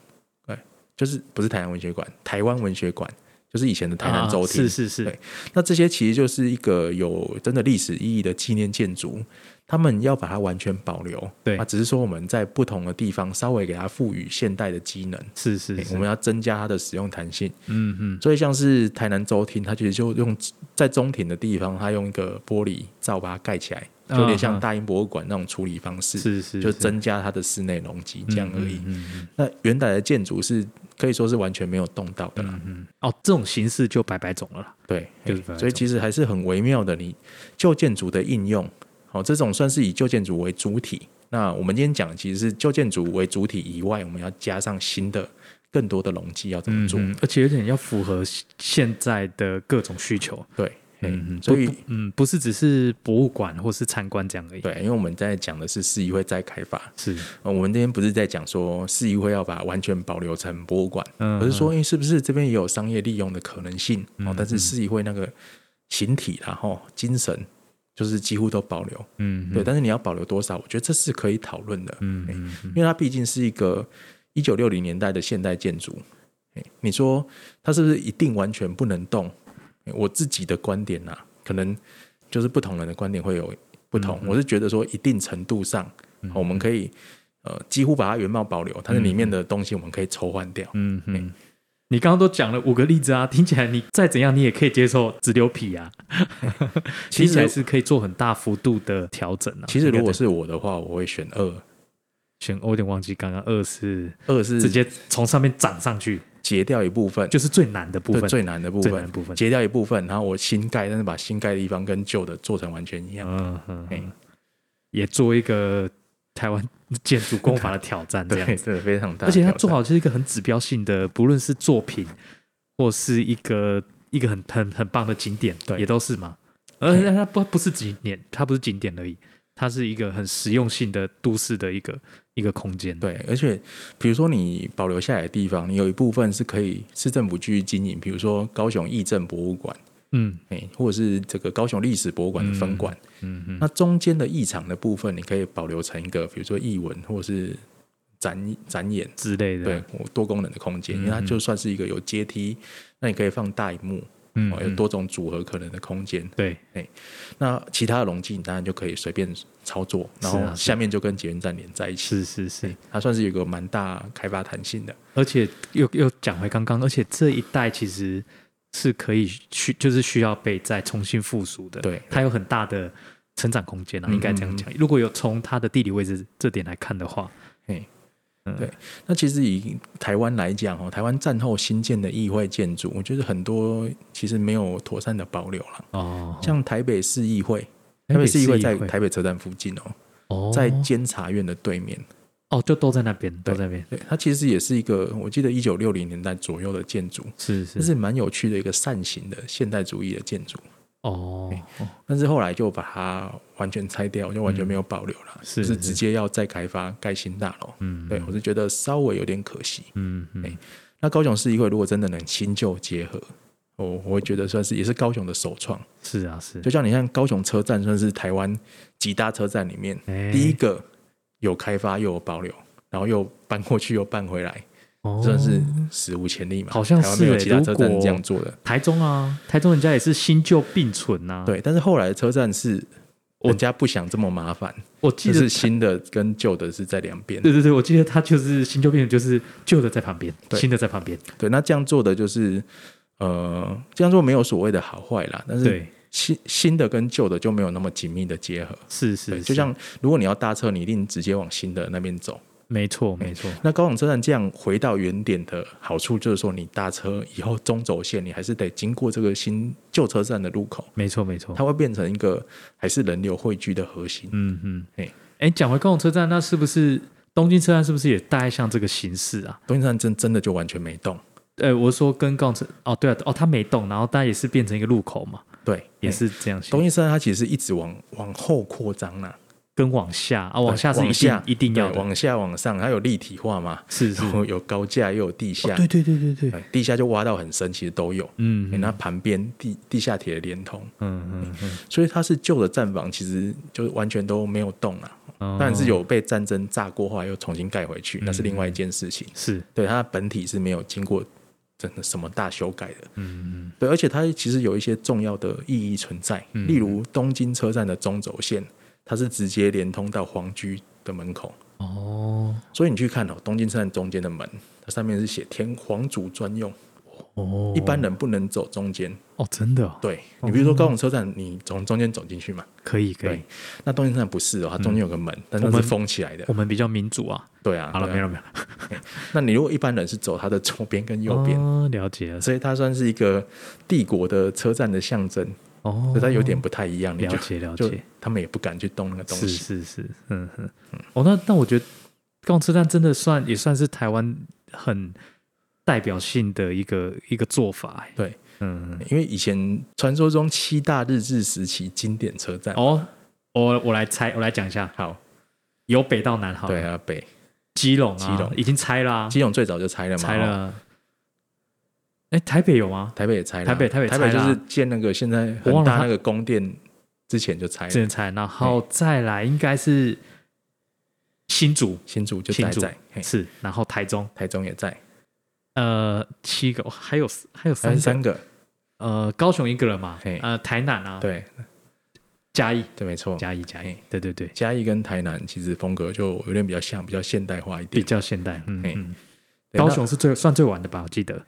Speaker 1: 对，就是不是台南文学馆，台湾文学馆，就是以前的台南州
Speaker 2: 啊
Speaker 1: 厅、
Speaker 2: 是是是，
Speaker 1: 对那这些其实就是一个有真的历史意义的纪念建筑，他们要把它完全保留。
Speaker 2: 对
Speaker 1: 啊，只是说我们在不同的地方稍微给它赋予现代的机能。
Speaker 2: 是是
Speaker 1: 欸
Speaker 2: 是，
Speaker 1: 我们要增加它的使用弹性，
Speaker 2: 嗯嗯，
Speaker 1: 所以像是台南州厅，它其实就用在中庭的地方，它用一个玻璃罩把它盖起来，就有点像大英博物馆那种处理方式，
Speaker 2: 啊是是
Speaker 1: 就是增加它的室内容积这样而已。
Speaker 2: 嗯嗯嗯
Speaker 1: 那原来的建筑是可以说是完全没有动到的啦，
Speaker 2: 嗯哦，这种形式就百百种了啦。
Speaker 1: 对，
Speaker 2: 就是本来
Speaker 1: 所以其实还是很微妙的。你旧建筑的应用，好、这种算是以旧建筑为主体。那我们今天讲的其实是旧建筑为主体以外，我们要加上新的、更多的容积要怎么做？
Speaker 2: 嗯，而且有点要符合现在的各种需求。
Speaker 1: 对，嗯，
Speaker 2: 不
Speaker 1: 所以
Speaker 2: 不嗯，不是只是博物馆或是参观这样而已。
Speaker 1: 对，因为我们在讲的是市议会再开发，
Speaker 2: 是，
Speaker 1: 呃我们今天不是在讲说市议会要把完全保留成博物馆，
Speaker 2: 嗯
Speaker 1: 而是说，因为是不是这边也有商业利用的可能性？哦，但是
Speaker 2: 嗯
Speaker 1: 市议会那个形体然后精神就是几乎都保留，
Speaker 2: 嗯，
Speaker 1: 对，但是你要保留多少，我觉得这是可以讨论的，
Speaker 2: 嗯嗯
Speaker 1: 因为它毕竟是一个一九六零年代的现代建筑。哎你说它是不是一定完全不能动？哎我自己的观点呐、可能就是不同人的观点会有不同。
Speaker 2: 嗯
Speaker 1: 我是觉得说，一定程度上，哦我们可以呃几乎把它原貌保留，但是里面的东西我们可以抽换掉。
Speaker 2: 嗯嗯。你刚刚都讲了五个例子啊，听起来你再怎样你也可以接受只留皮啊，
Speaker 1: 其
Speaker 2: 听起来
Speaker 1: 实，
Speaker 2: 是可以做很大幅度的调整啊。
Speaker 1: 其实如果
Speaker 2: 应该
Speaker 1: 是我的话，我会选二。
Speaker 2: 选，我有点忘记刚刚二是
Speaker 1: 二是
Speaker 2: 直接从上面涨上去，
Speaker 1: 截掉一部分，
Speaker 2: 就是最难的部
Speaker 1: 对
Speaker 2: 分。
Speaker 1: 最难的部
Speaker 2: 最
Speaker 1: 分
Speaker 2: 难的部分
Speaker 1: 呃截掉一部分，然后我新盖，但是把新盖的地方跟旧的做成完全一样。
Speaker 2: 嗯嗯
Speaker 1: 嘿
Speaker 2: 嗯，也做一个台湾建筑工法的挑战这样
Speaker 1: 对，
Speaker 2: 子。
Speaker 1: 这个非常大
Speaker 2: 而
Speaker 1: 的挑战，
Speaker 2: 且它做好是一个很指标性的，不论是作品或是一个一个很很很棒的景点，
Speaker 1: 对
Speaker 2: 也都是嘛。而且它不不是景点，它不是景点而已，它是一个很实用性的都市的一个一个空间。
Speaker 1: 对，而且比如说你保留下来的地方，你有一部分是可以市政府继续经营，比如说高雄义政博物馆，
Speaker 2: 嗯
Speaker 1: 哎、或者是这个高雄历史博物馆的分馆。
Speaker 2: 嗯嗯，
Speaker 1: 那中间的异场的部分，你可以保留成一个，比如说艺文或者是展展演，
Speaker 2: 之类的。
Speaker 1: 对，嗯或多功能的空间，因为它就算是一个有阶梯，那你可以放大荧幕，
Speaker 2: 嗯，
Speaker 1: 哦，有
Speaker 2: 嗯
Speaker 1: 多种组合可能的空间。
Speaker 2: 对，
Speaker 1: 那其他的容器你当然就可以随便操作，然
Speaker 2: 是啊
Speaker 1: 后
Speaker 2: 是
Speaker 1: 下面就跟捷运站连在一起，
Speaker 2: 是是是。
Speaker 1: 它算是有个蛮大开发弹性的。
Speaker 2: 而且又又讲回刚刚，而且这一代其实是可以需就是需要被再重新复苏的，
Speaker 1: 对
Speaker 2: 它有很大的成长空间啊，
Speaker 1: 嗯
Speaker 2: 应该这样讲。如果有从它的地理位置这点来看的话，
Speaker 1: 嘿
Speaker 2: 嗯，
Speaker 1: 对那其实以台湾来讲哦，台湾战后新建的议会建筑，我觉得很多其实没有妥善的保留了。
Speaker 2: 哦，
Speaker 1: 像台北市议会，台
Speaker 2: 台北
Speaker 1: 北
Speaker 2: 市
Speaker 1: 市
Speaker 2: 议
Speaker 1: 议
Speaker 2: 会
Speaker 1: 会在台北车站附近哦，
Speaker 2: 哦，
Speaker 1: 在监察院的对面，
Speaker 2: 哦，就都在那边，都
Speaker 1: 对
Speaker 2: 在那边，
Speaker 1: 对，它其实也是一个，我记得一九六零年代左右的建筑，
Speaker 2: 是
Speaker 1: 这
Speaker 2: 是
Speaker 1: 是蛮有趣的一个扇形的现代主义的建筑。
Speaker 2: 哦，哦
Speaker 1: 但是后来就把它完全拆掉，就完全没有保留了，
Speaker 2: 嗯是
Speaker 1: 就是
Speaker 2: 是
Speaker 1: 直接要再开发盖新大楼。
Speaker 2: 嗯
Speaker 1: 对我是觉得稍微有点可惜。
Speaker 2: 嗯嗯
Speaker 1: 哎，那高雄市议会如果真的能新旧结合，我我会觉得算是也是高雄的首创。
Speaker 2: 是啊是
Speaker 1: 就，像你看高雄车站，算是台湾几大车站里面、
Speaker 2: 哎
Speaker 1: 第一个有开发又有保留，然后又搬过去又搬回来，
Speaker 2: 哦
Speaker 1: 算是史无前例嘛。
Speaker 2: 好像
Speaker 1: 台湾没有
Speaker 2: 是哎
Speaker 1: 其他车站
Speaker 2: 如果
Speaker 1: 这样做的。
Speaker 2: 台中啊，台中人家也是新旧并存啊呐、，
Speaker 1: 对，但是后来的车站是人家不想这么麻烦，
Speaker 2: 我记
Speaker 1: 就
Speaker 2: 得
Speaker 1: 是新的跟旧的是在两边。
Speaker 2: 对对对，我记得他就是新旧并存，就是旧的在旁边，
Speaker 1: 对
Speaker 2: 新的在旁边。
Speaker 1: 对，那这样做的就是呃，这样做没有所谓的好坏啦，但是
Speaker 2: 对，
Speaker 1: 新新的跟旧的就没有那么紧密的结合。
Speaker 2: 是
Speaker 1: 对，
Speaker 2: 是，
Speaker 1: 就是像如果你要搭车，你一定直接往新的那边走。
Speaker 2: 没错没错，
Speaker 1: 那高雄车站这样回到原点的好处就是说，你搭车以后中轴线你还是得经过这个新旧车站的路口，
Speaker 2: 没错没错。
Speaker 1: 它会变成一个还是人流汇聚的核心。
Speaker 2: 嗯嗯，哎
Speaker 1: 嘿
Speaker 2: 哎，讲回高雄车站，那是不是东京车站是不是也大概像这个形式啊？
Speaker 1: 东京站真真的就完全没动，
Speaker 2: 呃，我说跟高雄车哦，对啊，哦，它没动，然后它也是变成一个路口嘛，
Speaker 1: 对，
Speaker 2: 也
Speaker 1: 嗯
Speaker 2: 是这样形
Speaker 1: 东京车站它其实一直往往后扩张啦，
Speaker 2: 跟往下啊，往下是
Speaker 1: 对
Speaker 2: 一
Speaker 1: 往下
Speaker 2: 定一定要
Speaker 1: 对
Speaker 2: 的，
Speaker 1: 往下往上，它有立体化嘛，
Speaker 2: 是是
Speaker 1: 然，后有高架又有地下，
Speaker 2: 对对对对对，
Speaker 1: 哎地下就挖到很深，其实都有。
Speaker 2: 嗯
Speaker 1: 哎那旁边地地下铁的连通，
Speaker 2: 嗯嗯
Speaker 1: 所以它是旧的站房，其实就是完全都没有动啊。
Speaker 2: 嗯，
Speaker 1: 当然是
Speaker 2: 有
Speaker 1: 有被战争炸过，后来又重新盖回去，
Speaker 2: 嗯
Speaker 1: 那是另外一件事情。
Speaker 2: 是，
Speaker 1: 对，它本体是没有经过真的什么大修改的。
Speaker 2: 嗯嗯
Speaker 1: 对，而且它其实有一些重要的意义存在，
Speaker 2: 嗯
Speaker 1: 例如东京车站的中轴线，它是直接连通到皇居的门口。
Speaker 2: 哦
Speaker 1: 所以你去看哦，东京车站中间的门，它上面是写“天皇主专用”，
Speaker 2: 哦，
Speaker 1: 一般人不能走中间。
Speaker 2: 哦，真的哦
Speaker 1: 对你，比如说高雄车站，你从中间走进去嘛。
Speaker 2: 可以可以
Speaker 1: 对，，那东京车站不是哦，
Speaker 2: 嗯
Speaker 1: 它中间有个门，但
Speaker 2: 我
Speaker 1: 那
Speaker 2: 们
Speaker 1: 是封起来的
Speaker 2: 我。们比较民主啊。
Speaker 1: 对啊，
Speaker 2: 哦好了，
Speaker 1: 对啊
Speaker 2: 没有没有，
Speaker 1: 那你如果一般人是走它的左边跟右边，
Speaker 2: 哦，了解了，
Speaker 1: 所以它算是一个帝国的车站的象征，
Speaker 2: 哦
Speaker 1: 所以它有点不太一样。你就
Speaker 2: 了解了
Speaker 1: 就
Speaker 2: 解，
Speaker 1: 他们也不敢去动那个东
Speaker 2: 是
Speaker 1: 西。
Speaker 2: 是是，嗯哼，哦，那那我觉得高雄车站真的算也算是台湾很代表性的一个一个做法、欸，
Speaker 1: 对，
Speaker 2: 嗯，
Speaker 1: 因为以前传说中七大日治时期经典车站，
Speaker 2: 哦，我我来猜，我来讲一下，
Speaker 1: 好，
Speaker 2: 由北到南好了，
Speaker 1: 对啊，北
Speaker 2: 基隆啊，
Speaker 1: 基隆
Speaker 2: 已经拆啦、
Speaker 1: 基隆最早就拆了嘛，
Speaker 2: 拆
Speaker 1: 哦，
Speaker 2: 了，啊哎、台北有吗？
Speaker 1: 台北也拆了，
Speaker 2: 台北台北
Speaker 1: 台北
Speaker 2: 拆
Speaker 1: 就
Speaker 2: 了
Speaker 1: 是建那个现在
Speaker 2: 我
Speaker 1: 很
Speaker 2: 忘了
Speaker 1: 大
Speaker 2: 它
Speaker 1: 那个宫殿之前就拆
Speaker 2: 之
Speaker 1: 了，
Speaker 2: 前拆，然后再来应该是新竹，
Speaker 1: 新竹就
Speaker 2: 新
Speaker 1: 在
Speaker 2: 竹
Speaker 1: 在，嘿
Speaker 2: 是，然后台中，
Speaker 1: 台中也在，
Speaker 2: 呃，七个，还有还
Speaker 1: 还
Speaker 2: 有三
Speaker 1: 有
Speaker 2: 个，
Speaker 1: 三个，
Speaker 2: 呃，高雄一个人嘛
Speaker 1: 嘿，
Speaker 2: 呃，台南啊，
Speaker 1: 对
Speaker 2: 嘉义，
Speaker 1: 对，没错。
Speaker 2: 嘉义，嘉
Speaker 1: 哦
Speaker 2: 义
Speaker 1: 嘿，
Speaker 2: 对对对，
Speaker 1: 嘉义跟台南其实风格就有点比较像，比较现代化一
Speaker 2: 比
Speaker 1: 点。
Speaker 2: 较现代，嗯
Speaker 1: 嘿
Speaker 2: 嗯，
Speaker 1: 对
Speaker 2: 高
Speaker 1: 那
Speaker 2: 雄是最算最晚的吧，我记得，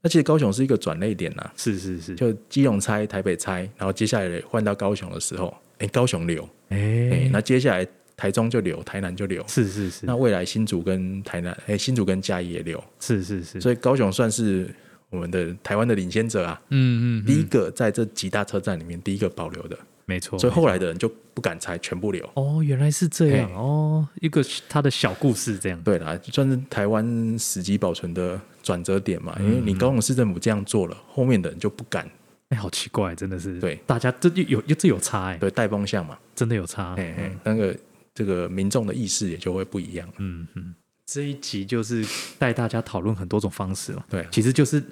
Speaker 1: 那其实高雄是一个转类点呐、啊
Speaker 2: 是是是，
Speaker 1: 就基隆拆、台北拆，然后接下来换到高雄的时候，哎、高雄留，哎、
Speaker 2: 哎，
Speaker 1: 那接下来台中就留，台南就留，
Speaker 2: 是是是
Speaker 1: 那未来新竹跟台南，哎、新竹跟嘉义也留，
Speaker 2: 是是是，
Speaker 1: 所以高雄算是我们的台湾的领先者啊，
Speaker 2: 嗯嗯，
Speaker 1: 第一
Speaker 2: 嗯
Speaker 1: 个在这几大车站里面第一个保留的，
Speaker 2: 没错，
Speaker 1: 所以
Speaker 2: 没错
Speaker 1: 后来的人就不敢拆，全部留。
Speaker 2: 哦，原来是这样
Speaker 1: 嘿
Speaker 2: 哦，一个他的小故事这样，
Speaker 1: 对啦，就算是台湾时机保存的转折点嘛，因为
Speaker 2: 嗯
Speaker 1: 你高雄市政府这样做了，后面的人就不敢，
Speaker 2: 哎，好奇怪，真的是，
Speaker 1: 对
Speaker 2: 大家这就有这有差哎，
Speaker 1: 对，带风向嘛，
Speaker 2: 真的有差，
Speaker 1: 哎、嘿那个这个民众的意识也就会不一样。
Speaker 2: 嗯嗯，这一集就是带大家讨论很多种方式嘛，
Speaker 1: 对
Speaker 2: 其实就是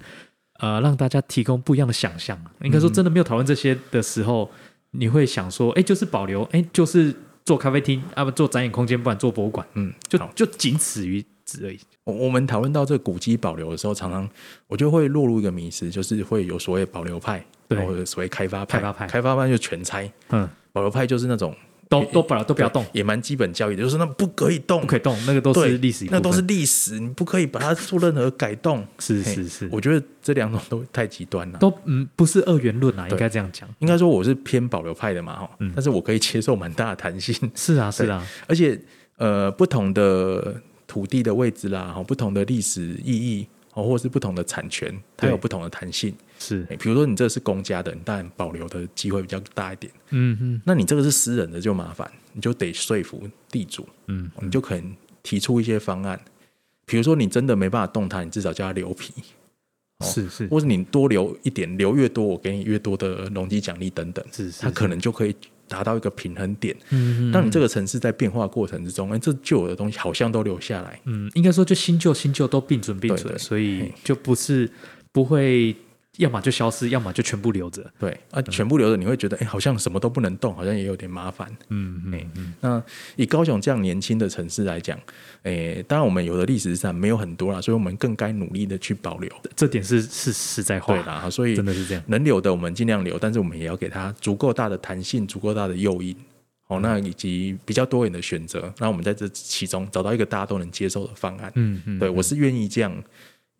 Speaker 2: 呃让大家提供不一样的想象。应该说，真的没有讨论这些的时候，你会想说，哎，就是保留，哎，就是做咖啡厅，啊不做展演空间，不然做博物馆，
Speaker 1: 嗯，
Speaker 2: 就
Speaker 1: 好
Speaker 2: 就仅此于此而已。
Speaker 1: 我我们讨论到这个古迹保留的时候，常常我就会落入一个迷失，就是会有所谓保留派，
Speaker 2: 对
Speaker 1: 或者所谓开发派，
Speaker 2: 开发派
Speaker 1: 开发派就全拆，
Speaker 2: 嗯，
Speaker 1: 保留派就是那种
Speaker 2: 都都不要都不要动，
Speaker 1: 也蛮基本教育的，就是那不可以动，
Speaker 2: 不可以动，那个都是
Speaker 1: 对
Speaker 2: 历史一部
Speaker 1: 那
Speaker 2: 分，
Speaker 1: 都是历史，你不可以把它做任何改动。
Speaker 2: 是
Speaker 1: 嘿
Speaker 2: 是是，
Speaker 1: 我觉得这两种都太极端了。
Speaker 2: 都嗯不是二元论啊，应该这样讲。
Speaker 1: 应该说我是偏保留派的嘛，
Speaker 2: 嗯
Speaker 1: 哈、但是我可以接受蛮大的弹性，
Speaker 2: 是啊是啊，
Speaker 1: 而且呃，不同的土地的位置啦，哈，不同的历史意义，哦，或是不同的产权，它
Speaker 2: 对
Speaker 1: 有不同的弹性。
Speaker 2: 是
Speaker 1: 欸比如说你这是公家的，你当然保留的机会比较大一点。
Speaker 2: 嗯嗯
Speaker 1: 那你这个是私人的就麻烦，你就得说服地主，
Speaker 2: 嗯，
Speaker 1: 你就可能提出一些方案，比如说你真的没办法动它，你至少叫它留皮，哦
Speaker 2: 是是
Speaker 1: 或者你多留一点，留越多，我给你越多的容积奖励等等，
Speaker 2: 是是
Speaker 1: 它可能就可以达到一个平衡点。
Speaker 2: 嗯
Speaker 1: 让你这
Speaker 2: 个
Speaker 1: 个城市在变化过程之中，哎、这旧的东西好像都留下来。
Speaker 2: 嗯，应该说就新旧新旧都并存并
Speaker 1: 对
Speaker 2: 存，
Speaker 1: 对
Speaker 2: 所以
Speaker 1: 嘿
Speaker 2: 就不是不会，要么就消失，要么就全部留着。
Speaker 1: 对啊，全部留着，你会觉得哎、好像什么都不能动，好像也有点麻烦。哎
Speaker 2: 嗯嗯嗯，
Speaker 1: 那以高雄这样年轻的城市来讲，诶、当然我们有的历史资产没有很多啦，所以我们更该努力的去保留。
Speaker 2: 这点是是实在话
Speaker 1: 对，啦，好所以
Speaker 2: 真的是这样。
Speaker 1: 能留的我们尽量留，但是我们也要给它足够大的弹性，足够大的诱因。
Speaker 2: 嗯
Speaker 1: 哦，那以及比较多元的选择，那我们在这其中找到一个大家都能接受的方案。
Speaker 2: 嗯嗯，
Speaker 1: 对我是愿意这样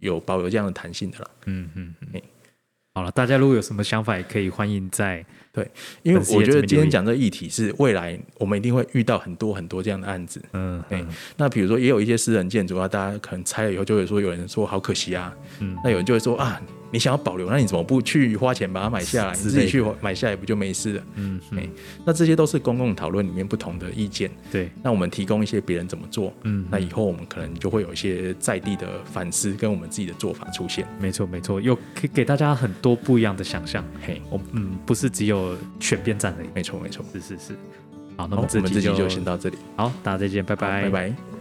Speaker 1: 有保有这样的弹性的啦。
Speaker 2: 嗯嗯嗯
Speaker 1: 嘿。
Speaker 2: 好了，大家如果有什么想法，也可以欢迎在
Speaker 1: 对，因为
Speaker 2: 粉丝
Speaker 1: 我
Speaker 2: 页
Speaker 1: 觉
Speaker 2: 这
Speaker 1: 得
Speaker 2: 边
Speaker 1: 今
Speaker 2: 留
Speaker 1: 天
Speaker 2: 意
Speaker 1: 讲这个议题是未来我们一定会遇到很多很多这样的案子。
Speaker 2: 嗯
Speaker 1: 哎、那比如说也有一些私人建筑啊，大家可能拆了以后就会说，有人说好可惜啊，
Speaker 2: 嗯
Speaker 1: 那有人就会说啊，你想要保留，那你怎么不去花钱把它买下来，你
Speaker 2: 之
Speaker 1: 自
Speaker 2: 类
Speaker 1: 己去买下来不就没事了？
Speaker 2: 嗯
Speaker 1: 哎、
Speaker 2: 嗯，
Speaker 1: 那这些都是公共讨论里面不同的意见，
Speaker 2: 对，
Speaker 1: 那我们提供一些别人怎么做，
Speaker 2: 嗯
Speaker 1: 那以后我们可能就会有一些在地的反思跟我们自己的做法出现。
Speaker 2: 没错没错，有给给大家很多不一样的想象。
Speaker 1: 嘿，
Speaker 2: 我嗯，不是只有选边站而已。
Speaker 1: 没错没错，
Speaker 2: 是是是，好，
Speaker 1: 好，
Speaker 2: 那么
Speaker 1: 我
Speaker 2: 这
Speaker 1: 们
Speaker 2: 集
Speaker 1: 这集
Speaker 2: 就
Speaker 1: 就先到这里，
Speaker 2: 好，大家再见，拜拜，
Speaker 1: 拜拜。